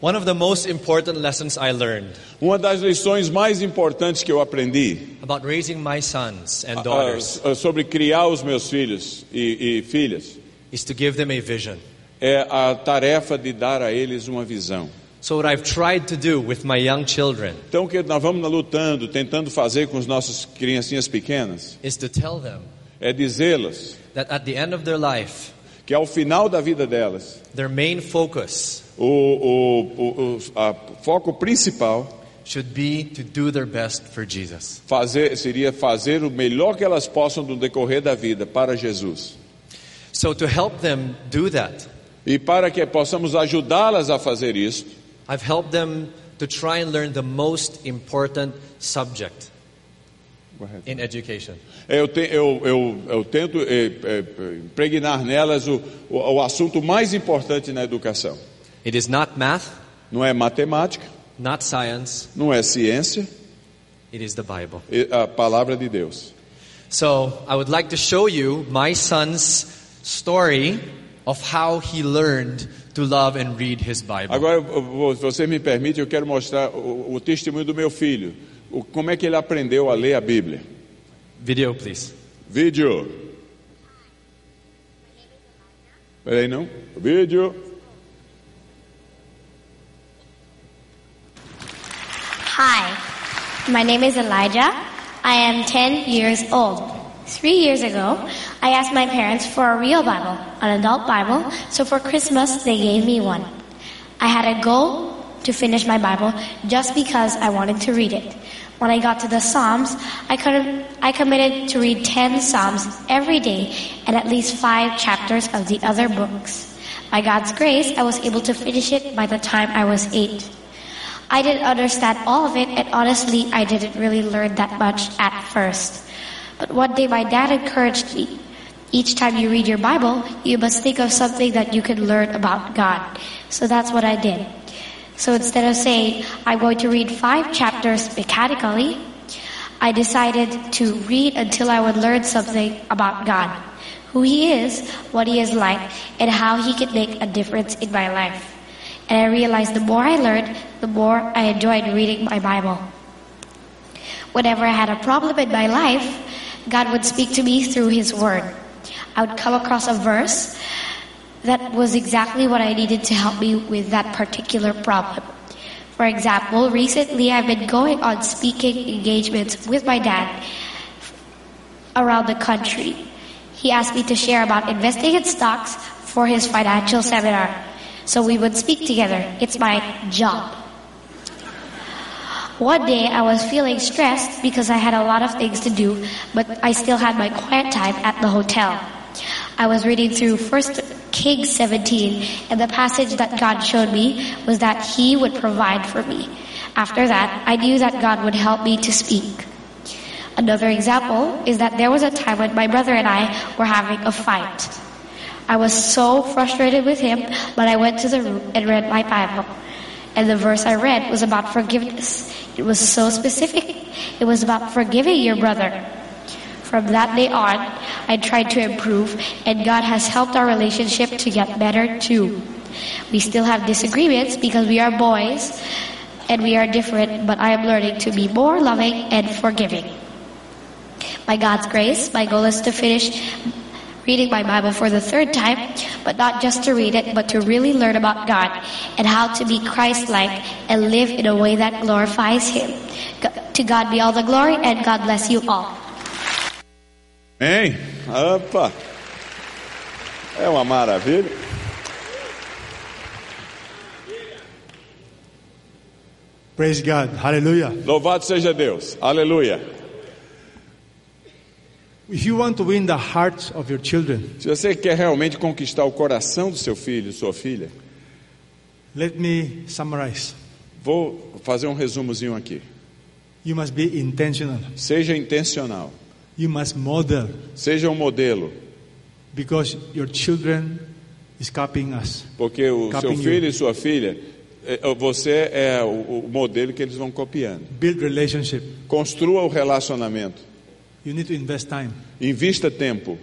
D: One of the most important lessons I learned
B: Uma das lições mais importantes que eu aprendi
D: about raising my sons and
B: ah,
D: daughters
B: ah, sobre criar os meus filhos e, e filhas
D: is to give them a vision.
B: é a tarefa de dar a eles uma visão.
D: So, what I've tried to do with my young children
B: Então, que nós vamos lutando, tentando fazer com os nossos criancinhas pequenas,
D: is to tell them
B: é dizê-las
D: that at the end of their life,
B: que ao final da vida delas,
D: their main focus
B: o, o, o, o a foco principal
D: should be to do their best for Jesus.
B: fazer, seria fazer o melhor que elas possam no decorrer da vida para Jesus.
D: So, to help them do that,
B: E para que possamos ajudá-las a fazer isso,
D: I've helped them to try and learn the most important subject in education.
B: Eu, te- eu- eu- eu tento eh, eh, impregnar nelas o, o, o assunto mais importante na educação.
D: It is not math,
B: Não é matemática,
D: not science,
B: não é ciência,
D: it is the Bible.
B: é a palavra de Deus.
D: So I would like to show you my son's story of how he learned to love and read his Bible.
B: Agora, eu vou- se você me permite, eu quero mostrar o, o testemunho do meu filho. O, como é que ele aprendeu a ler a Bíblia.
D: Video, please.
B: Vídeo. Peraí, não? Vídeo.
E: Hi, my name is Elijah. I am 10 years old. Three years ago, I asked my parents for a real Bible, an adult Bible, so for Christmas they gave me one. I had a goal to finish my Bible just because I wanted to read it. When I got to the Psalms, I, could, I committed to read 10 Psalms every day and at least five chapters of the other books. By God's grace, I was able to finish it by the time I was eight. I didn't understand all of it, and honestly, I didn't really learn that much at first. But one day, my dad encouraged me each time you read your Bible, you must think of something that you can learn about God. So that's what I did. So instead of saying, I'm going to read five chapters mechanically, I decided to read until I would learn something about God, who He is, what He is like, and how He can make a difference in my life. And I realized the more I learned, the more I enjoyed reading my Bible. Whenever I had a problem in my life, God would speak to me through His Word. I would come across a verse that was exactly what I needed to help me with that particular problem. For example, recently I've been going on speaking engagements with my dad around the country. He asked me to share about investing in stocks for his financial seminar. So we would speak together. It's my job. One day I was feeling stressed because I had a lot of things to do, but I still had my quiet time at the hotel. I was reading through 1 Kings 17, and the passage that God showed me was that He would provide for me. After that, I knew that God would help me to speak. Another example is that there was a time when my brother and I were having a fight. I was so frustrated with him, but I went to the room and read my Bible. And the verse I read was about forgiveness. It was so specific. It was about forgiving your brother. From that day on, I tried to improve, and God has helped our relationship to get better too. We still have disagreements because we are boys and we are different, but I am learning to be more loving and forgiving. By God's grace, my goal is to finish reading my Bible for the third time, but not just to read it, but to really learn about God and how to be Christ like and live in a way that glorifies Him. Go- To God be all the glory, and God bless you all.
B: Hein? Opa! É uma maravilha.
A: Praise God. Hallelujah.
B: Louvado seja Deus. Aleluia.
A: If you want to win the hearts of your children,
B: Se você quer realmente conquistar o coração do seu filho, sua filha,
A: let me summarize.
B: vou fazer um resumozinho aqui.
A: You must be intentional.
B: Seja intencional.
A: You must model
B: Seja um modelo,
A: because your children is copying us.
B: porque o seu
A: Capinho.
B: filho e sua filha, eh, você é o, o modelo que eles vão copiando.
A: Build relationship.
B: Construa o relacionamento.
A: You need to invest time,
B: Invista tempo,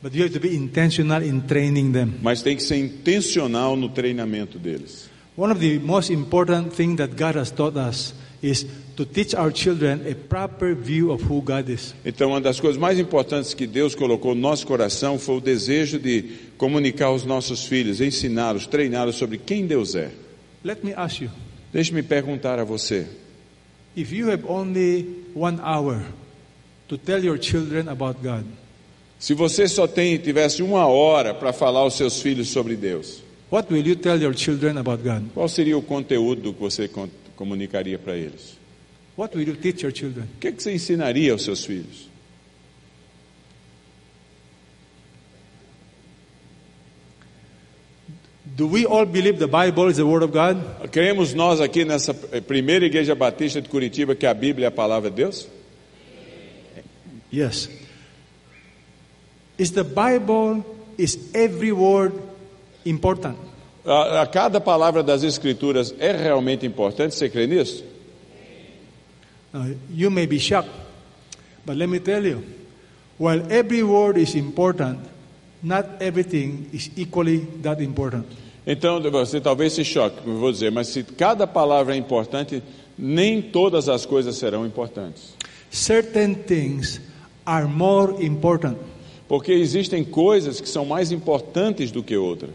A: but you have to be intentional in training them.
B: mas tem que ser intencional no treinamento deles.
A: One of the most important thing that God has taught us is to teach our children a proper view of who God is.
B: Então, uma das coisas mais importantes que Deus colocou no nosso coração foi o desejo de comunicar aos nossos filhos, ensiná-los, treiná-los sobre quem Deus é.
A: Let me ask you,
B: Deixe-me perguntar a você:
A: if you have only 1 hour to tell your children about God,
B: se você só tem, tivesse uma hora para falar aos seus filhos sobre Deus,
A: what will you tell your children about God?
B: Qual seria o conteúdo que você con- comunicaria para eles?
A: What will you teach your children?
B: O que, é que você ensinaria aos seus filhos?
A: Do we all believe the Bible is the word of God?
B: Cremos nós aqui nessa eh, primeira igreja batista de Curitiba que a Bíblia é a palavra de Deus?
A: Yes. Is the Bible, is every word important?
B: A, a cada palavra das Escrituras é realmente importante, você crê nisso?
A: Now, you may be shocked, but let me tell you, while every word is important, not everything is equally that important.
B: Então, você talvez se choque, eu vou dizer, mas se cada palavra é importante, nem todas as coisas serão importantes.
A: Certain things are more important.
B: Porque existem coisas que são mais importantes do que outra.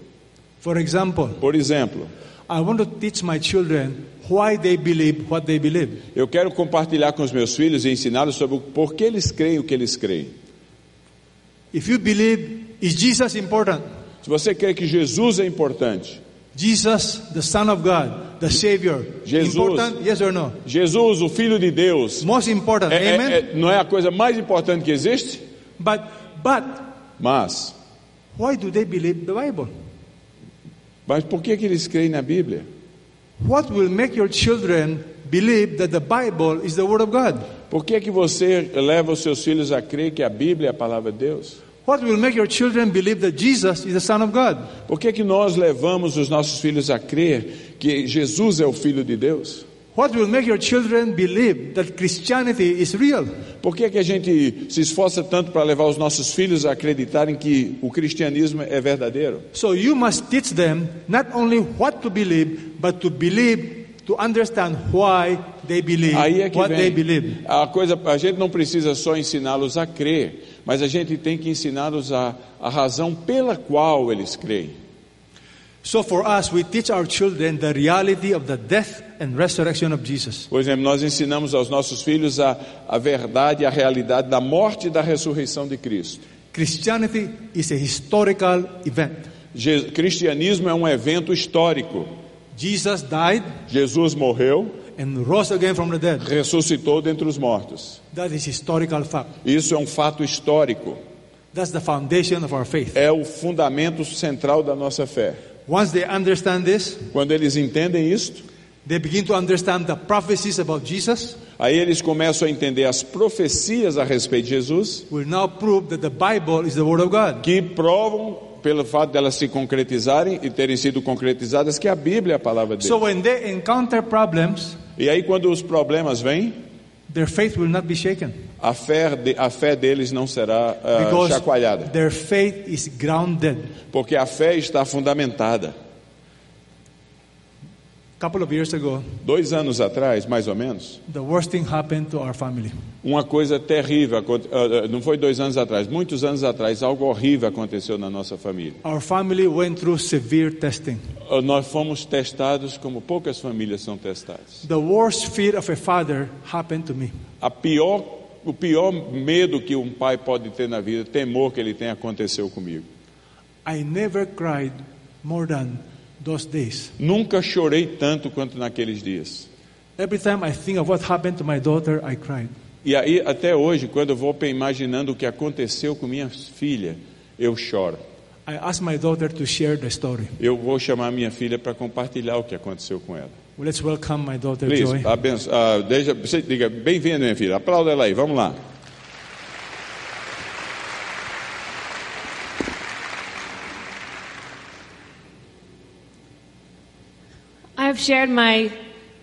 A: For example,
B: Por exemplo,
A: I want to teach my children why they believe what they believe.
B: Eu quero compartilhar com os meus filhos e ensiná-los sobre o por que eles creem o que eles creem.
A: If you believe, is Jesus important?
B: Se você crê que Jesus é importante,
A: Jesus, the Son of God, the Savior,
B: Jesus.
A: important? Yes or no?
B: Jesus, o Filho de Deus,
A: Most important,
B: é- é-
A: amen.
B: é- não é a coisa mais importante que existe?
A: But but
B: Mas,
A: why do they believe the Bible?
B: mas por que, que eles creem na Bíblia?
A: What will make your children believe that the Bible is the Word of God?
B: Por que, que você leva os seus filhos a crer que a Bíblia é a palavra de Deus?
A: What will make your children believe that Jesus is the Son of God?
B: Por que, que nós levamos os nossos filhos a crer que Jesus é o Filho de Deus?
A: What will make your children believe that Christianity is real?
B: Por que, que a gente se esforça tanto para levar os nossos filhos a acreditarem que o cristianismo é verdadeiro?
A: So you must teach them not only what to believe, but to believe, to understand why they believe
B: Aí é que
A: what they believe.
B: vem. A coisa, a gente não precisa só ensiná-los a crer, mas a gente tem que ensiná-los a, a razão pela qual eles creem.
A: So for us, we teach our children the reality of the death and resurrection of Jesus.
B: Por exemplo, nós ensinamos aos nossos filhos a, a verdade, a realidade da morte e da ressurreição de Cristo.
A: Christianity is a historical event.
B: Je, cristianismo é um evento histórico.
A: Jesus died
B: Jesus morreu,
A: and rose again from the dead.
B: ressuscitou dentre os mortos.
A: That is historical fact.
B: Isso é um fato histórico.
A: That's the foundation of our faith.
B: É o fundamento central da nossa fé.
A: Once they understand this,
B: Quando eles entendem isto,
A: they begin to understand the prophecies about Jesus.
B: Aí eles começam a entender as profecias a respeito de Jesus,
A: We'll now prove that the Bible is the Word of God.
B: que provam pelo fato delas se concretizarem e terem sido concretizadas, que a Bíblia é a palavra de
A: So
B: Deus.
A: when they encounter problems,
B: E aí, quando os problemas vêm,
A: their faith will not be shaken
B: a fé, de- a fé deles não será ah,
A: because
B: chacoalhada,
A: their faith is grounded.
B: porque a fé está fundamentada.
A: A couple of years ago,
B: Dois anos atrás, mais ou menos,
A: the worst thing happened to our family.
B: uma coisa terrível, aconte- ah, ah, não foi dois anos atrás, muitos anos atrás, algo horrível aconteceu na nossa família.
A: Our family went through severe testing.
B: Ah, Nós fomos testados como poucas famílias são testadas.
A: The worst fear of a father happened to me.
B: A pior, o pior medo que um pai pode ter na vida, temor que ele tem, aconteceu comigo.
A: I never cried more than those days.
B: Nunca chorei tanto quanto naqueles dias.
A: Every time I think of what happened to my daughter, I cried.
B: E aí, até hoje, quando eu vou pe- imaginando o que aconteceu com minha filha, eu choro.
A: I asked my daughter to share the story.
B: Eu vou chamar minha filha para compartilhar o que aconteceu com ela.
A: Well, let's welcome my daughter
B: Please,
A: Joy.
B: abenço, ah, deixa, você diga, bem-vinda, minha filha. Aplauda ela aí, vamos lá.
F: I've shared my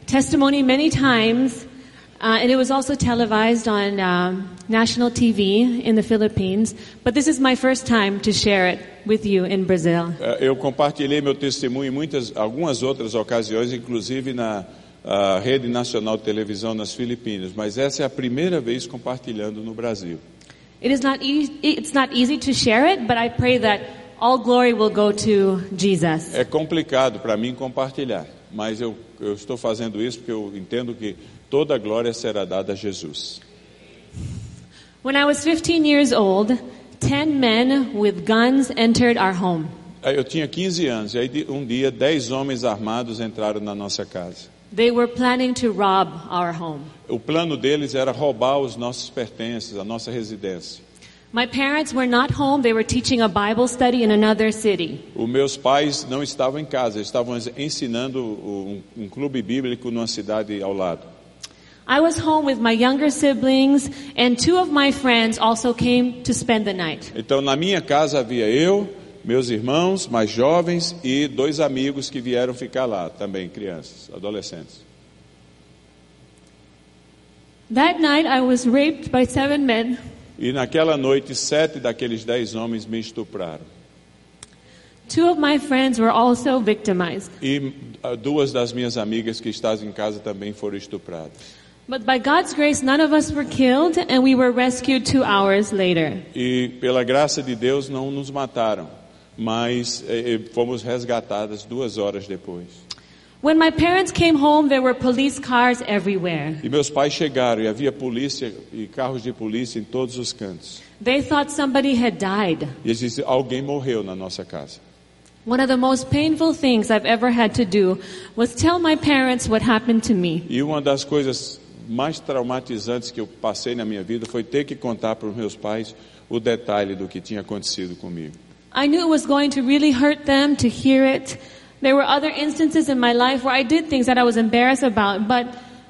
F: testimony many times, uh, and it was also televised on um, national TV in the Philippines. But this is my first time to share it with you in Brazil.
B: Ah, Eu compartilhei meu testemunho em muitas, algumas outras ocasiões, inclusive na ah, Rede Nacional de Televisão nas Filipinas, mas essa é a primeira vez compartilhando no Brasil.
F: It is not e- it's not easy to share it, but I pray that all glory will go to Jesus.
B: É complicado para mim compartilhar, mas eu, eu estou fazendo isso porque eu entendo que toda a glória será dada a Jesus.
F: When I was 15 years old, 10 men with guns entered our home.
B: Aí Eu tinha 15 anos e aí de- um dia 10 homens armados entraram na nossa casa.
F: They were planning to rob our home.
B: O plano deles era roubar os nossos pertences, a nossa residência.
F: My parents were not home. They were teaching a Bible study in another city.
B: Os meus pais não estavam em casa, eles estavam ensinando um, um clube bíblico numa cidade ao lado.
F: I was home with my younger siblings, and two of my friends also came to spend the night.
B: Então na minha casa havia eu, meus irmãos mais jovens e dois amigos que vieram ficar lá também, crianças, adolescentes.
F: That night, I was raped by seven men.
B: E naquela noite, sete daqueles dez homens me estupraram.
F: Two of my friends were also victimized.
B: E ah, duas das minhas amigas que estavam em casa também foram estupradas.
F: But by God's grace, none of us were killed, and we were rescued two hours later.
B: E pela graça de Deus não nos mataram, mas eh, eh, fomos resgatadas duas horas depois.
F: When my parents came home, there were police cars everywhere.
B: E meus pais chegaram e havia polícia e carros de polícia em todos os cantos.
F: They thought somebody had died.
B: E eles disseram, alguém morreu na nossa casa.
F: One of the most painful things I've ever had to do was tell my parents what happened to me.
B: E uma das coisas mais traumatizantes que eu passei na minha vida foi ter que contar para os meus pais o detalhe do que tinha acontecido comigo.
F: I knew it was going to really hurt them to hear it. There were other instances in my life where I did things that I was embarrassed about, but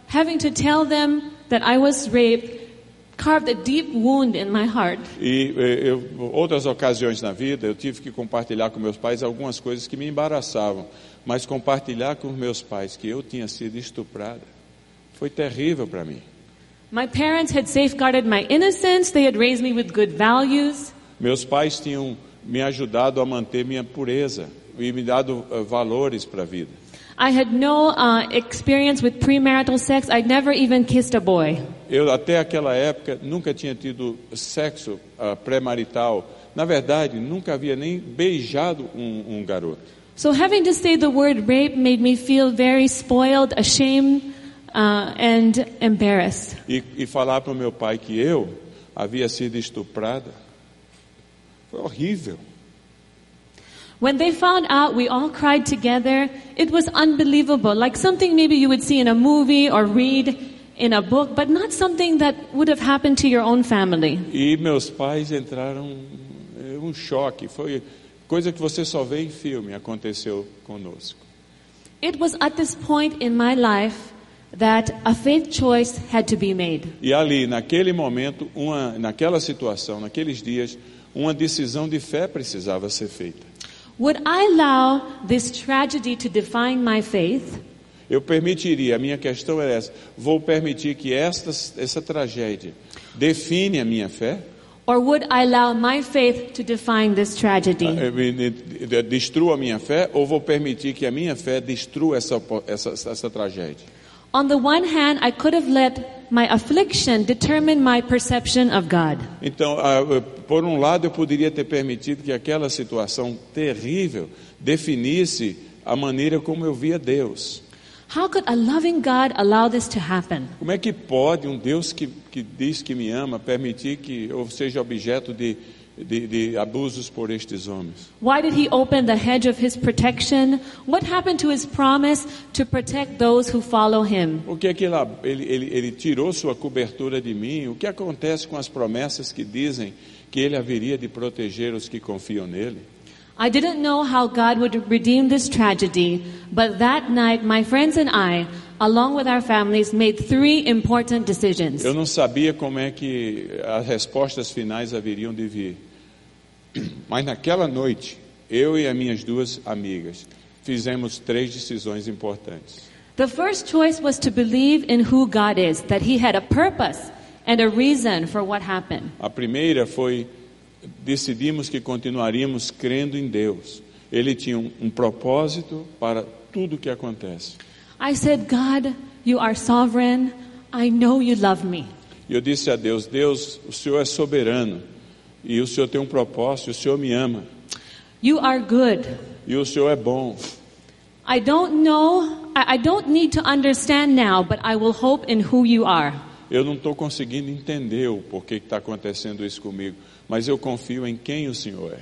F: having to tell them that I was raped carved a deep wound in my heart.
B: E eh, eu, outras ocasiões na vida eu tive que compartilhar com meus pais algumas coisas que me embaraçavam, mas compartilhar com meus pais que eu tinha sido estuprada foi terrível para mim.
F: My parents had safeguarded my innocence, they had raised me with good values,
B: Meus pais tinham me ajudado a manter minha pureza e me dado eh, valores para a vida.
F: I had no uh, experience with premarital sex, I'd never even kissed a boy.
B: Eu até aquela época nunca tinha tido sexo ah, pré-marital. Na verdade, nunca havia nem beijado um, um garoto.
F: So having to say the word rape made me feel very spoiled, ashamed, uh, and embarrassed.
B: E, e falar para o meu pai que eu havia sido estuprada foi horrível.
F: When they found out, we all cried together. It was unbelievable, like something maybe you would see in a movie or read in a book, but not something that would have happened to your own family.
B: E meus pais entraram eh, um choque. Foi coisa que você só vê em filme aconteceu conosco.
F: It was at this point in my life that a faith choice had to be made.
B: E ali, naquele momento, uma, naquela situação, naqueles dias, uma decisão de fé precisava ser feita.
F: Would I allow this tragedy to define my faith?
B: Eu permitiria, a minha questão era essa: vou permitir que esta, essa tragédia define a minha fé?
F: Or would I allow my faith to define this tragedy?
B: Eu me- de- Destrua a minha fé ou vou permitir que a minha fé destrua essa, opo- essa, essa tragédia?
F: On the one hand, I could have let my affliction determine my perception of God.
B: Então, ah, eu- por um lado, eu poderia ter permitido que aquela situação terrível definisse a maneira como eu via Deus.
F: How could a loving God allow this to happen?
B: Como é que pode um Deus que, que diz que me ama permitir que eu seja objeto de, de, de abusos por estes homens?
F: Why did he open the hedge of his protection? What happened to his promise to protect those who follow him?
B: O que é que ele, ab- ele, ele, ele tirou sua cobertura de mim? O que acontece com as promessas que dizem que ele haveria de proteger os que confiam nele?
F: I didn't know how God would redeem this tragedy, but that night my friends and I, along with our families, made three important decisions.
B: Eu não sabia como é que as respostas finais haveriam de vir. (clears throat) Mas naquela noite, eu e as minhas duas amigas fizemos três decisões importantes.
F: The first choice was to believe in who God is, that he had a purpose and a reason for what happened.
B: A primeira foi decidimos que continuaríamos crendo em Deus. Ele tinha um, um propósito para tudo o que acontece.
F: I said, God, you are sovereign. I know you love me.
B: E eu disse a Deus: Deus, o Senhor é soberano e o Senhor tem um propósito. O Senhor me ama
F: You are good.
B: e o Senhor é bom.
F: I don't know, I I don't need to understand now, but I will hope in who you are.
B: Eu não estou conseguindo entender o porquê que está acontecendo isso comigo, mas eu confio em quem o Senhor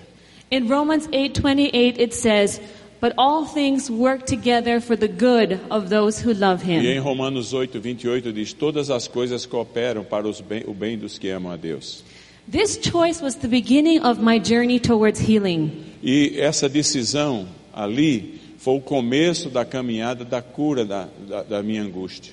B: é.
F: In Romans 8:28 it says, "But all things work together for the good of those who love
B: E
F: him."
B: em Romanos 8, 28 diz: Todas as coisas cooperam para os bem- o bem dos que amam a Deus.
F: This choice was the beginning of my journey towards healing.
B: E essa decisão ali foi o começo da caminhada da cura da, da, da minha angústia.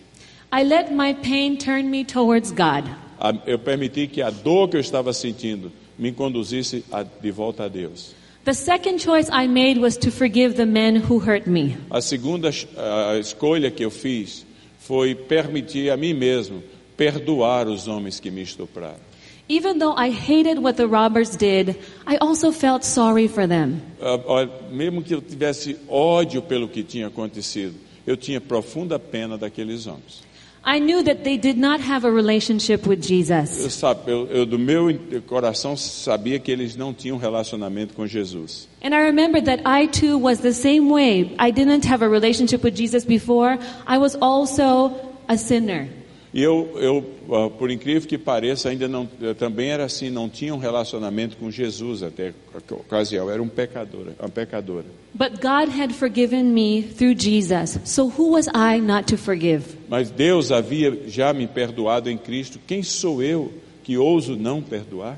F: I let my pain turn me towards God.
B: A- Eu permiti que a dor que eu estava sentindo me conduzisse a- de volta a Deus.
F: The second choice I made was to forgive the men who hurt me.
B: A segunda ah, escolha que eu fiz foi permitir a mim mesmo perdoar os homens que me estupraram.
F: Even though I hated what the robbers did, I also felt sorry for them.
B: Ah, ó, Mesmo que eu tivesse ódio pelo que tinha acontecido, eu tinha profunda pena daqueles homens.
F: I knew that they did not have a relationship with Jesus.
B: Eu, sabe, eu, eu do meu in- coração sabia que eles não tinham relacionamento com Jesus.
F: And I remembered that I too was the same way. I didn't have a relationship with Jesus before. I was also a sinner.
B: E eu, eu ah, por incrível que pareça, ainda não, eu também era assim, não tinha um relacionamento com Jesus até a ocasião, era um pecador, uma pecadora.
F: But God had forgiven me through Jesus. So who was I not to forgive?
B: Mas Deus havia já me perdoado em Cristo. Quem sou eu que ouso não perdoar?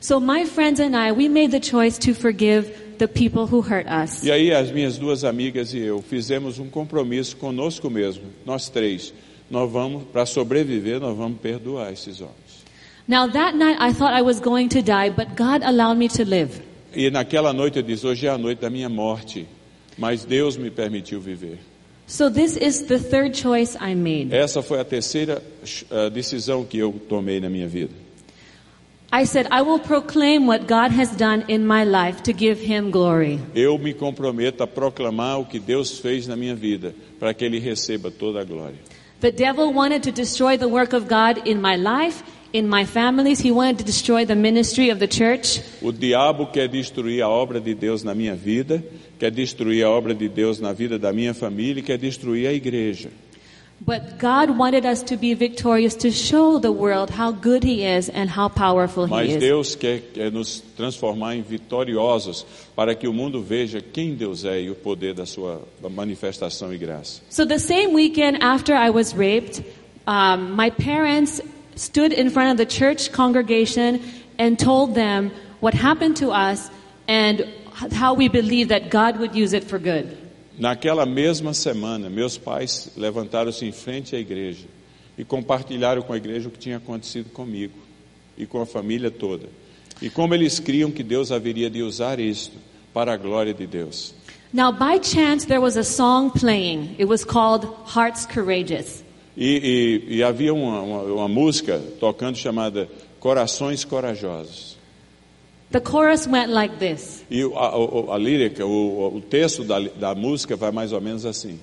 F: So my friends and I, we made the choice to forgive the people who hurt us.
B: E aí as minhas duas amigas e eu fizemos um compromisso conosco mesmo, nós três. Nós vamos para sobreviver, nós vamos perdoar esses homens.
F: Now that night I thought I was going to die, but God allowed me to live.
B: E naquela noite eu disse: hoje é a noite da minha morte, mas Deus me permitiu viver.
F: So this is the third choice I made.
B: Essa foi a terceira eh, decisão que eu tomei na minha vida.
F: I said, I will proclaim what God has done in my life to give him glory.
B: Eu me comprometo a proclamar o que Deus fez na minha vida, para que Ele receba toda a glória.
F: The devil wanted to destroy the work of God in my life, in my families. He wanted to destroy the ministry of the church.
B: O diabo quer destruir a obra de Deus na minha vida, quer destruir a obra de Deus na vida da minha família e quer destruir a igreja.
F: But God wanted us to be victorious to show the world how good he is and how powerful he
B: Mas
F: is.
B: Deus quer, quer nos transformar em vitoriosos para que o mundo veja quem Deus é e o poder da sua manifestação e graça.
F: So the same weekend after I was raped, um, my parents stood in front of the church congregation and told them what happened to us and how we believe that God would use it for good.
B: Naquela mesma semana, meus pais levantaram-se em frente à igreja e compartilharam com a igreja o que tinha acontecido comigo e com a família toda. E como eles criam que Deus haveria de usar isto para a glória de Deus.
F: Now, by chance, there was a song playing. It was called Hearts Courageous.
B: E, e- e havia uma, uma- uma música tocando chamada Corações Corajosos.
F: The chorus went like this
B: E o- a, o- a lírica, o, o texto da, da música vai mais ou menos assim.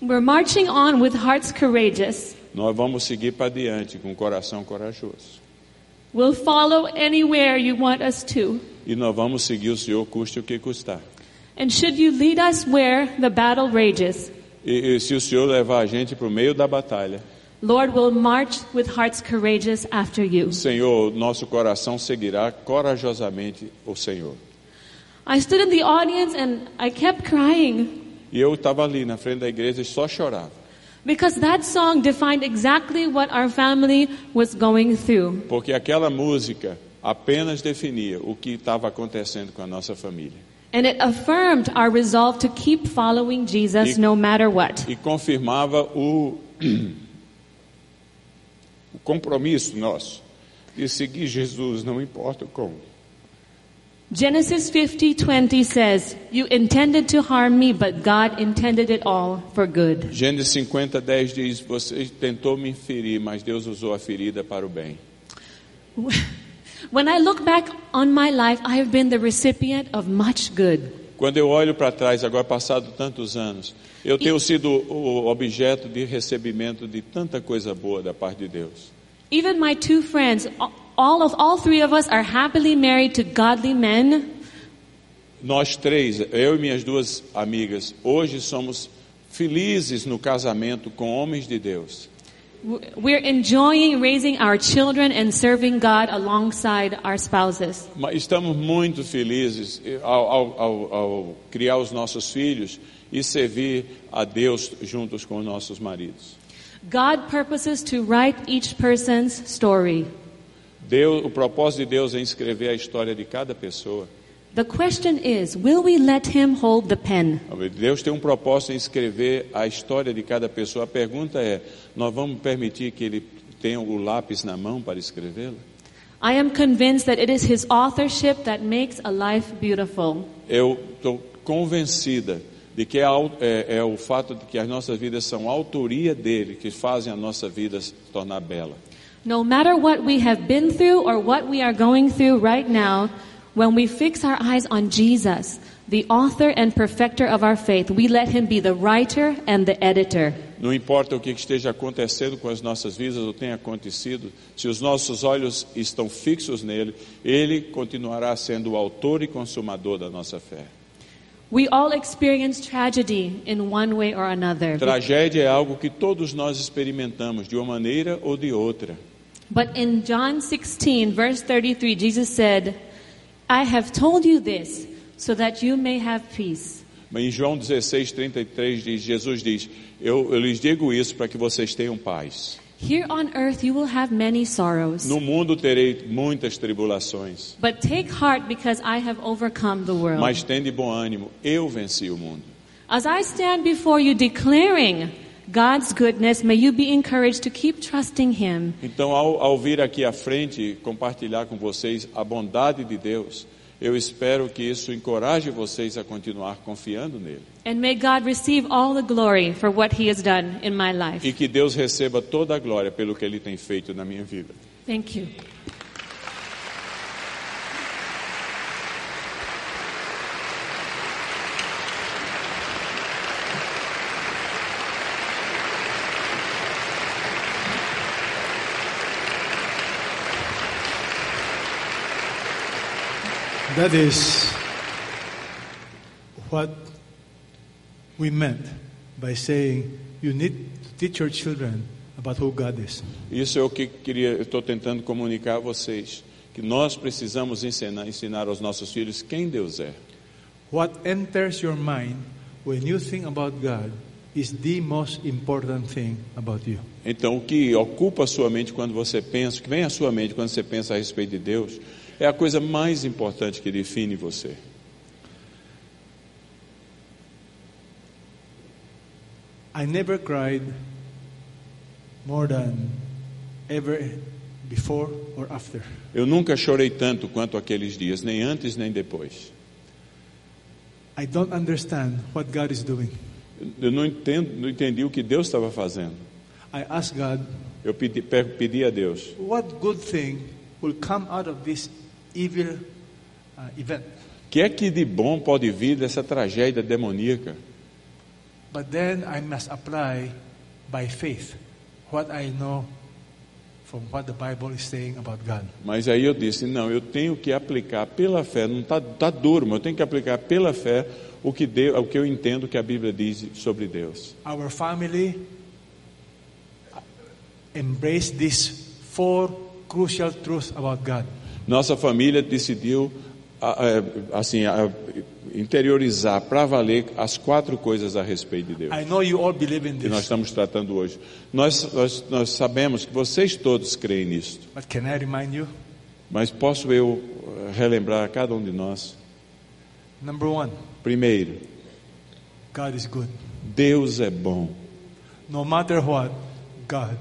F: We're marching on with hearts courageous.
B: Nós vamos seguir para diante com o coração corajoso.
F: We'll follow anywhere you want us to.
B: E nós vamos seguir o Senhor, custe o que custar.
F: And should you lead us where the battle rages,
B: E, e se o Senhor levar a gente para o meio da batalha,
F: Lord, we'll march with hearts courageous after you.
B: Senhor, nosso coração seguirá corajosamente o Senhor.
F: I stood in the audience and I kept crying
B: E eu estava ali na frente da igreja e só chorava,
F: because that song defined exactly what our family was going through.
B: porque aquela música apenas definia o que estava acontecendo com a nossa família
F: And it affirmed our resolve to keep following Jesus no matter what.
B: e confirmava o, (clears throat) o compromisso nosso de seguir Jesus, não importa como.
F: Genesis 50:20 says, "You intended to harm me, but God intended it all for good." (laughs)
B: Gênesis 50, 10 diz: Você tentou me ferir, mas Deus usou a ferida para o bem.
F: When I look back on my life, I have been the recipient of much good.
B: Quando eu olho para trás, agora passado tantos anos, eu tenho sido o objeto de recebimento de tanta coisa boa da parte de Deus.
F: Even my two friends, all of all three of us are happily married to godly men.
B: Nós três, eu e minhas duas amigas, hoje somos felizes no casamento com homens de Deus.
F: W- We're enjoying raising our children and serving God alongside our spouses.
B: Mas Estamos muito felizes eh, ao, ao- ao- ao criar os nossos filhos e servir a Deus juntos com os nossos maridos.
F: God purposes to write each person's story.
B: Deus, o propósito de Deus é escrever a história de cada pessoa.
F: The question is, will we let him hold the pen?
B: Deus tem um propósito em escrever a história de cada pessoa. A pergunta é: nós vamos permitir que ele tenha o lápis na mão para escrevê-la?
F: I am convinced that it is his authorship that makes a life beautiful.
B: Eu estou convencida de que é, au- é- é o fato de que as nossas vidas são a autoria dele que fazem a nossa vida se tornar bela.
F: No matter what we have been through or what we are going through right now, when we fix our eyes on Jesus, the author and perfecter of our faith, we let him be the writer and the editor.
B: Não importa o que esteja acontecendo com as nossas vidas ou tenha acontecido, se os nossos olhos estão fixos nele, ele continuará sendo o autor e consumador da nossa fé.
F: We all experience tragedy in one way or another.
B: Tragédia é algo que todos nós experimentamos de uma maneira ou de outra.
F: But in John 16, verse 33, Jesus said, I have told you this so that you may have peace.
B: Mas Em João 16, 33, diz, Jesus diz: eu, eu lhes digo isso para que vocês tenham paz.
F: Here on earth you will have many sorrows.
B: No mundo terei muitas tribulações,
F: But take heart because I have overcome the world.
B: mas tende bom ânimo, eu venci o mundo.
F: As I stand before you declaring God's goodness, may you be encouraged to keep trusting Him.
B: Então, ao, ao vir aqui à frente compartilhar com vocês a bondade de Deus, eu espero que isso encoraje vocês a continuar confiando nele.
F: And may God receive all the glory for what He has done in my life.
B: E que Deus receba toda a glória pelo que ele tem feito na minha vida.
F: Thank you.
A: That is what we meant by saying you need to teach your children about who God is.
B: Isso é o que queria, eu estou tentando comunicar a vocês, que nós precisamos ensinar, ensinar aos nossos filhos quem Deus é.
A: What enters your mind when you think about God is the most important thing about you.
B: Então, o que ocupa a sua mente quando você pensa, o que vem à sua mente quando você pensa a respeito de Deus, é a coisa mais importante que define você.
A: I never cried more than ever before or after.
B: Eu nunca chorei tanto quanto aqueles dias, nem antes nem depois.
A: I don't understand what God is doing.
B: Eu não, entendo, não entendi o que Deus estava fazendo.
A: I ask God,
B: Eu pedi, pe- pedi a Deus,
A: what good thing will come out of this evil uh, event?
B: o que é que de bom pode vir dessa tragédia demoníaca?
A: But then I must apply by faith what I know from what the Bible is saying about God.
B: Mas aí eu disse, não, eu tenho que aplicar pela fé, não está tá duro, mas eu tenho que aplicar pela fé o que, Deus, o que eu entendo que a Bíblia diz sobre Deus.
A: Our family embraced these four crucial truths about God.
B: Nossa família decidiu a- a- assim a- interiorizar para valer as quatro coisas a respeito de Deus.
A: I know you all believe in
B: que nós
A: this,
B: estamos tratando hoje. Nós, nós, nós sabemos que vocês todos creem nisto,
A: but can I remind you?
B: mas posso eu eh, relembrar a cada um de nós?
A: Number one,
B: Primeiro,
A: God is good.
B: Deus é bom.
A: No matter what, God.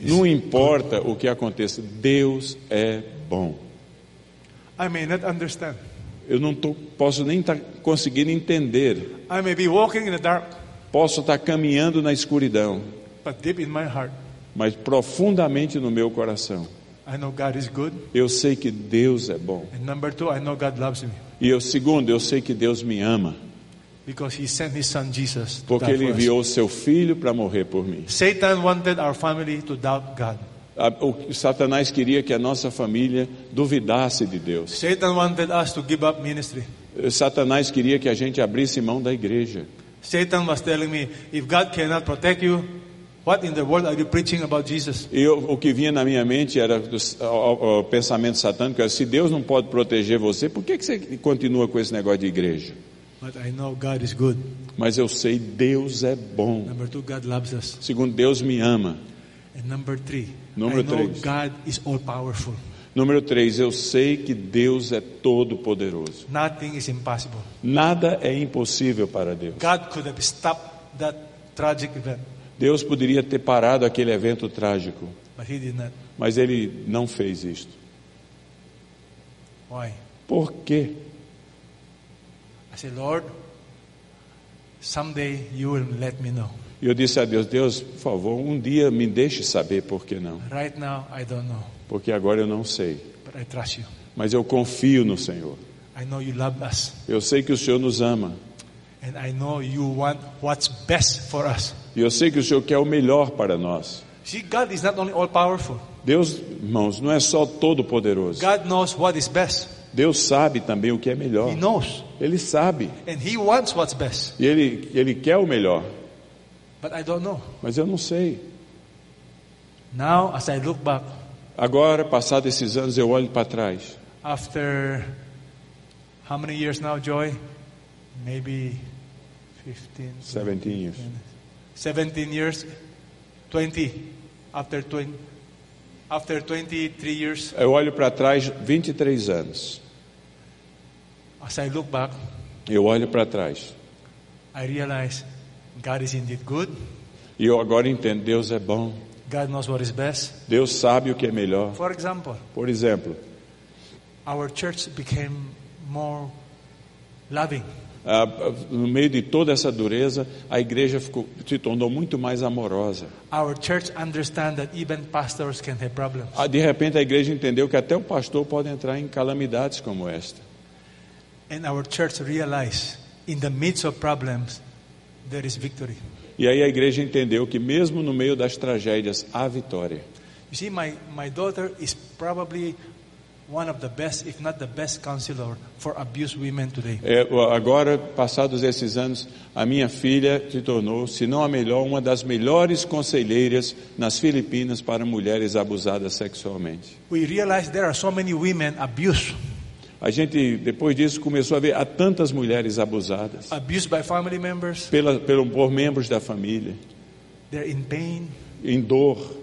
B: Não importa o que aconteça, Deus é bom.
A: I may not understand.
B: Eu não tô, posso nem estar conseguindo entender.
A: I may be walking in the dark,
B: Posso estar caminhando na escuridão,
A: but deep in my heart,
B: mas profundamente no meu coração,
A: I know God is good.
B: eu sei que Deus é bom.
A: And number two, I know God loves me
B: E eu, segundo, eu sei que Deus me ama,
A: because He sent His Son Jesus. To
B: porque
A: die
B: Ele
A: for us.
B: enviou o seu filho para morrer por mim.
A: Satan wanted our family to doubt God.
B: A- O Satanás queria que a nossa família duvidasse de Deus.
A: Satan wanted us to give up ministry.
B: Satanás queria que a gente abrisse mão da igreja.
A: Satan was telling me, if God cannot protect you, what in the world are you preaching about Jesus?
B: Eu, o que vinha na minha mente era do- o, o- o pensamento satânico: era, se Deus não pode proteger você, por que, que você continua com esse negócio de igreja?
A: But I know God is good.
B: Mas eu sei, Deus é bom.
A: Number two, God loves us.
B: Segundo, Deus me ama.
A: And number three,
B: Número
A: I know
B: três.
A: God is all powerful.
B: Número três, eu sei que Deus é todo-poderoso.
A: Nothing is impossible.
B: Nada é impossível para Deus.
A: God could have stopped that tragic event,
B: Deus poderia ter parado aquele evento trágico,
A: but He did not.
B: mas Ele não fez isto.
A: Why?
B: Por quê?
A: I said, Lord, someday you will let me know.
B: E eu disse a Deus, Deus, por favor, um dia me deixe saber por que não,
A: Right now, I don't know,
B: porque agora eu não sei,
A: but I trust you.
B: mas eu confio no Senhor.
A: I know you love us,
B: Eu sei que o Senhor nos ama,
A: and I know you want what's best for us.
B: e eu sei que o Senhor quer o melhor para nós.
A: See, God is not only all powerful,
B: Deus, irmãos, não é só todo poderoso.
A: God knows what is best.
B: Deus sabe também o que é melhor.
A: He knows,
B: Ele sabe,
A: and He wants what's best,
B: e ele ele quer o melhor,
A: but I don't know.
B: mas eu não sei.
A: Now, as I look back,
B: Agora, passados esses anos, eu olho para trás.
A: after how many years now, Joy? Maybe 15,
B: 17 years.
A: 17 years, 20, after 20, after 23 years,
B: Eu olho para trás 23 anos.
A: as I look back,
B: Eu olho para trás.
A: I realize God is indeed good.
B: E eu agora entendo, Deus é bom.
A: God knows what is best.
B: Deus sabe o que é melhor.
A: For example,
B: Por exemplo,
A: our church became more loving.
B: a- a- no meio de toda essa dureza, a igreja ficou, se tornou muito mais amorosa.
A: Our church understands that even pastors can have problems.
B: Ah, De repente, a igreja entendeu que até o pastor pode entrar em calamidades como esta.
A: And our church realized in the midst of problems, there is victory.
B: E aí a igreja entendeu que mesmo no meio das tragédias há vitória.
A: You see, my, my daughter is probably one of the best, if not the best, counselor for abused women today.
B: É, o- agora, passados esses anos, a minha filha se tornou, se não a melhor, uma das melhores conselheiras nas Filipinas para mulheres abusadas sexualmente.
A: We realize there are so many women abused,
B: A gente, depois disso, começou a ver há tantas mulheres abusadas
A: abused by family members.
B: pela, pelo, por membros da família,
A: They're in pain.
B: em dor,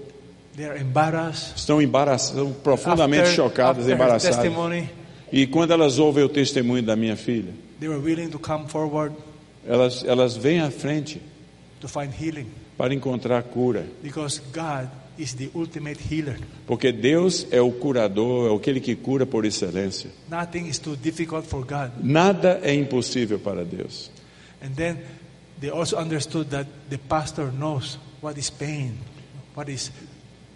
A: They are embarrassed.
B: Estão embaraçadas, profundamente
A: After-
B: chocadas,
A: after her
B: embaraçadas.
A: testimony,
B: E quando elas ouvem o testemunho da minha filha,
A: they were willing to come forward
B: elas, elas vêm à frente
A: to find healing
B: para encontrar cura.
A: because God is the ultimate healer.
B: Porque Deus é o curador, é aquele que cura por excelência.
A: Nothing is too difficult for God.
B: Nada é impossível para Deus.
A: And then they also understood that the pastor knows what is pain, what is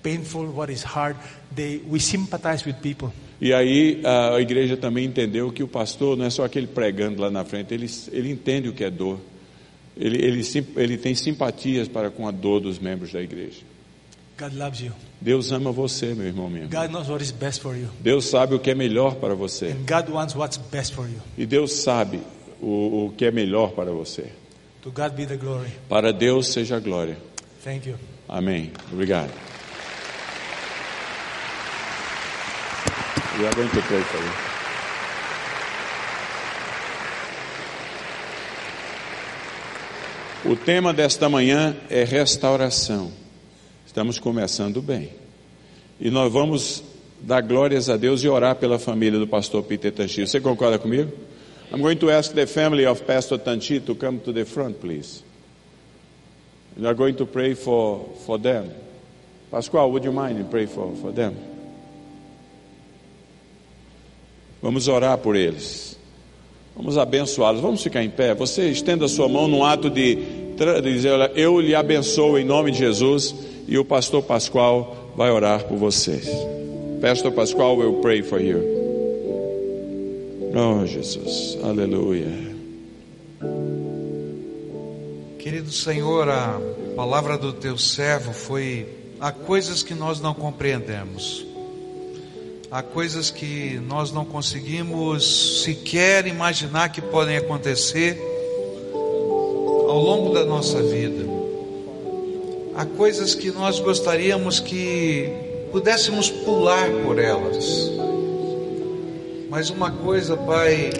A: painful, what is hard. They, we sympathize with people.
B: E aí a igreja também entendeu que o pastor não é só aquele pregando lá na frente, ele, ele entende o que é dor. Ele, ele, sim- ele tem simpatias para com a dor dos membros da igreja.
A: God loves you.
B: Deus ama você, meu irmão mesmo.
A: God knows what is best for you.
B: Deus sabe o que é melhor para você.
A: And God wants what's best for you.
B: E Deus sabe o, o que é melhor para você.
A: To God be the glory.
B: Para Deus seja a glória.
A: Thank you.
B: Amém. Obrigado. We are going to pray for you. O tema desta manhã é restauração. Estamos começando bem. E nós vamos dar glórias a Deus e orar pela família do pastor Peter Tanchito. Você concorda comigo? I'm going to ask the family of Pastor Tanchito to come to the front, please. We are going to pray for, for them. Pascoal, would you mind and pray for, for them? Vamos orar por eles. Vamos abençoá-los. Vamos ficar em pé. Você estenda a sua mão num ato de, tra- de dizer, olha, eu lhe abençoo em nome de Jesus e o pastor Pascoal vai orar por vocês. Pastor Pascoal will pray for you. Oh, Jesus. Aleluia.
G: Querido Senhor, a palavra do teu servo foi há coisas que nós não compreendemos. Há coisas que nós não conseguimos sequer imaginar que podem acontecer ao longo da nossa vida. Há coisas que nós gostaríamos que pudéssemos pular por elas. Mas uma coisa, Pai,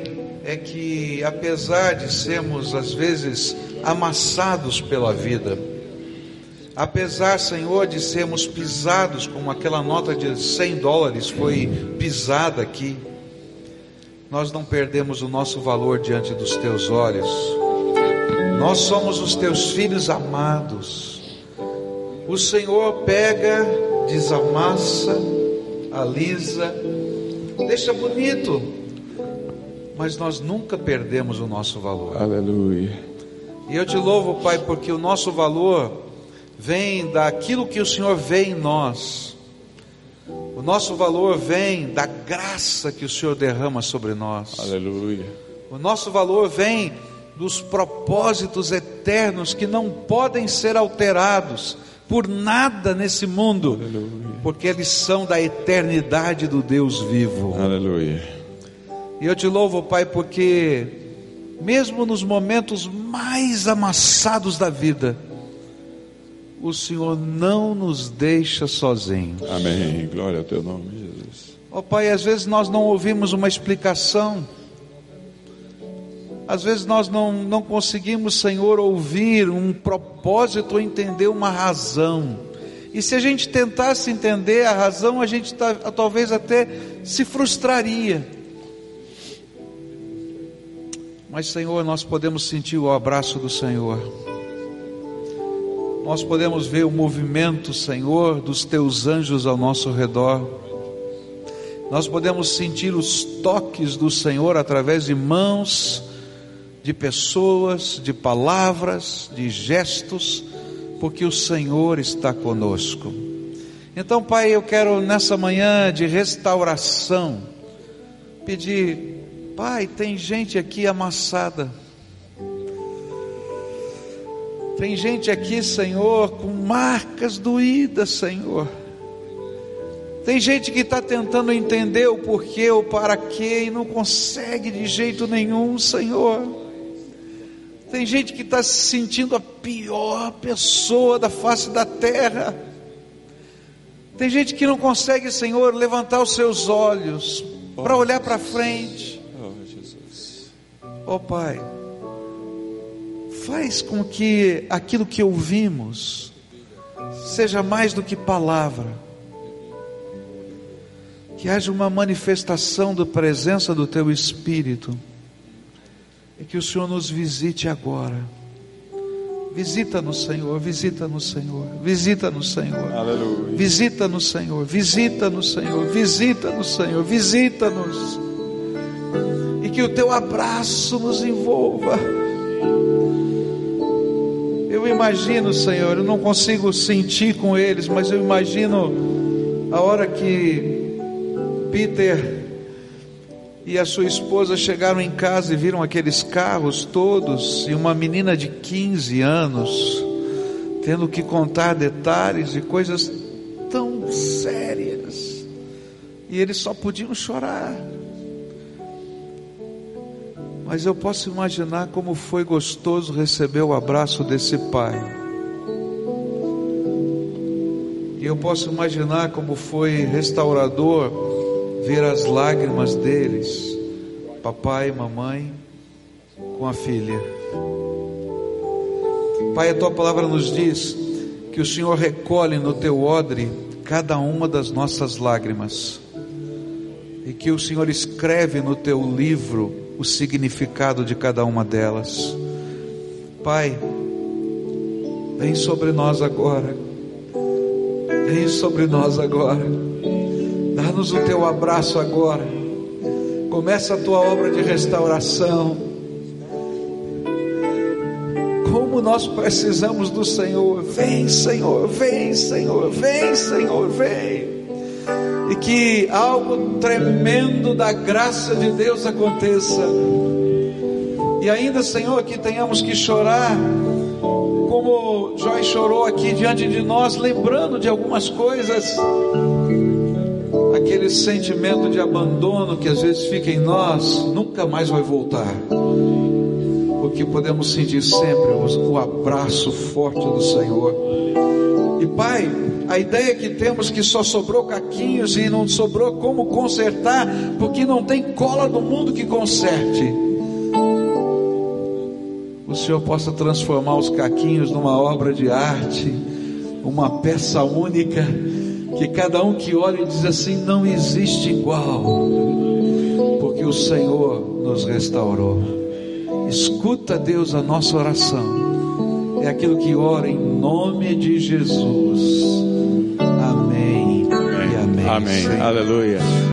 G: é que apesar de sermos às vezes amassados pela vida, apesar, Senhor, de sermos pisados como aquela nota de 100 dólares foi pisada aqui, nós não perdemos o nosso valor diante dos teus olhos. Nós somos os teus filhos amados. O Senhor pega, desamassa, alisa, deixa bonito, mas nós nunca perdemos o nosso valor.
B: Aleluia.
G: E eu te louvo, Pai, porque o nosso valor vem daquilo que o Senhor vê em nós. O nosso valor vem da graça que o Senhor derrama sobre nós.
B: Aleluia.
G: O nosso valor vem dos propósitos eternos que não podem ser alterados por nada nesse mundo, porque eles são da eternidade do Deus vivo.
B: Aleluia.
G: E eu te louvo, Pai, porque mesmo nos momentos mais amassados da vida, o Senhor não nos deixa sozinhos.
B: Amém. Glória ao teu nome, Jesus.
G: Ó Pai, às vezes nós não ouvimos uma explicação. Às vezes nós não, não conseguimos, Senhor, ouvir um propósito ou entender uma razão. E se a gente tentasse entender a razão, a gente tá- talvez até se frustraria. Mas, Senhor, nós podemos sentir o abraço do Senhor. Nós podemos ver o movimento, Senhor, dos teus anjos ao nosso redor. Nós podemos sentir os toques do Senhor através de mãos, de pessoas, de palavras, de gestos, porque o Senhor está conosco. Então, Pai, eu quero nessa manhã de restauração pedir, Pai, tem gente aqui amassada. Tem gente aqui, Senhor, com marcas doídas, Senhor. Tem gente que está tentando entender o porquê, o para quê e não consegue de jeito nenhum, Senhor. Tem gente que está se sentindo a pior pessoa da face da terra. Tem gente que não consegue, Senhor, levantar os seus olhos para olhar para frente.
B: Oh, Jesus.
G: Ó Pai, faz com que aquilo que ouvimos seja mais do que palavra, que haja uma manifestação da presença do Teu Espírito, e que o Senhor nos visite agora. Visita-nos, Senhor, visita-nos, Senhor, visita-nos, Senhor. Aleluia. Visita-nos, Senhor, visita-nos, Senhor, visita-nos, Senhor, visita-nos. E que o teu abraço nos envolva. Eu imagino, Senhor, eu não consigo sentir com eles, mas eu imagino a hora que Peter e a sua esposa chegaram em casa e viram aqueles carros todos e uma menina de 15 anos tendo que contar detalhes e coisas tão sérias. E eles só podiam chorar. Mas eu posso imaginar como foi gostoso receber o abraço desse pai. E eu posso imaginar como foi restaurador ver as lágrimas deles, papai e mamãe, com a filha. Pai, a tua palavra nos diz que o Senhor recolhe no teu odre cada uma das nossas lágrimas e que o Senhor escreve no teu livro o significado de cada uma delas. Pai, vem sobre nós agora. Vem sobre nós agora. Dá-nos o teu abraço agora. Começa a tua obra de restauração. Como nós precisamos do Senhor. Vem, Senhor, vem, Senhor, vem, Senhor, vem. E que algo tremendo da graça de Deus aconteça. E ainda, Senhor, que tenhamos que chorar, como Joy chorou aqui diante de nós, lembrando de algumas coisas aquele sentimento de abandono que às vezes fica em nós, nunca mais vai voltar. Porque podemos sentir sempre o abraço forte do Senhor. E Pai, a ideia que temos que só sobrou caquinhos e não sobrou como consertar, porque não tem cola do mundo que conserte. O Senhor possa transformar os caquinhos numa obra de arte, uma peça única que cada um que olha e diz assim: não existe igual, porque o Senhor nos restaurou. Escuta, Deus, a nossa oração, é aquilo que ora em nome de Jesus. Amém, e amém.
B: Amém.
G: Senhor.
B: Aleluia.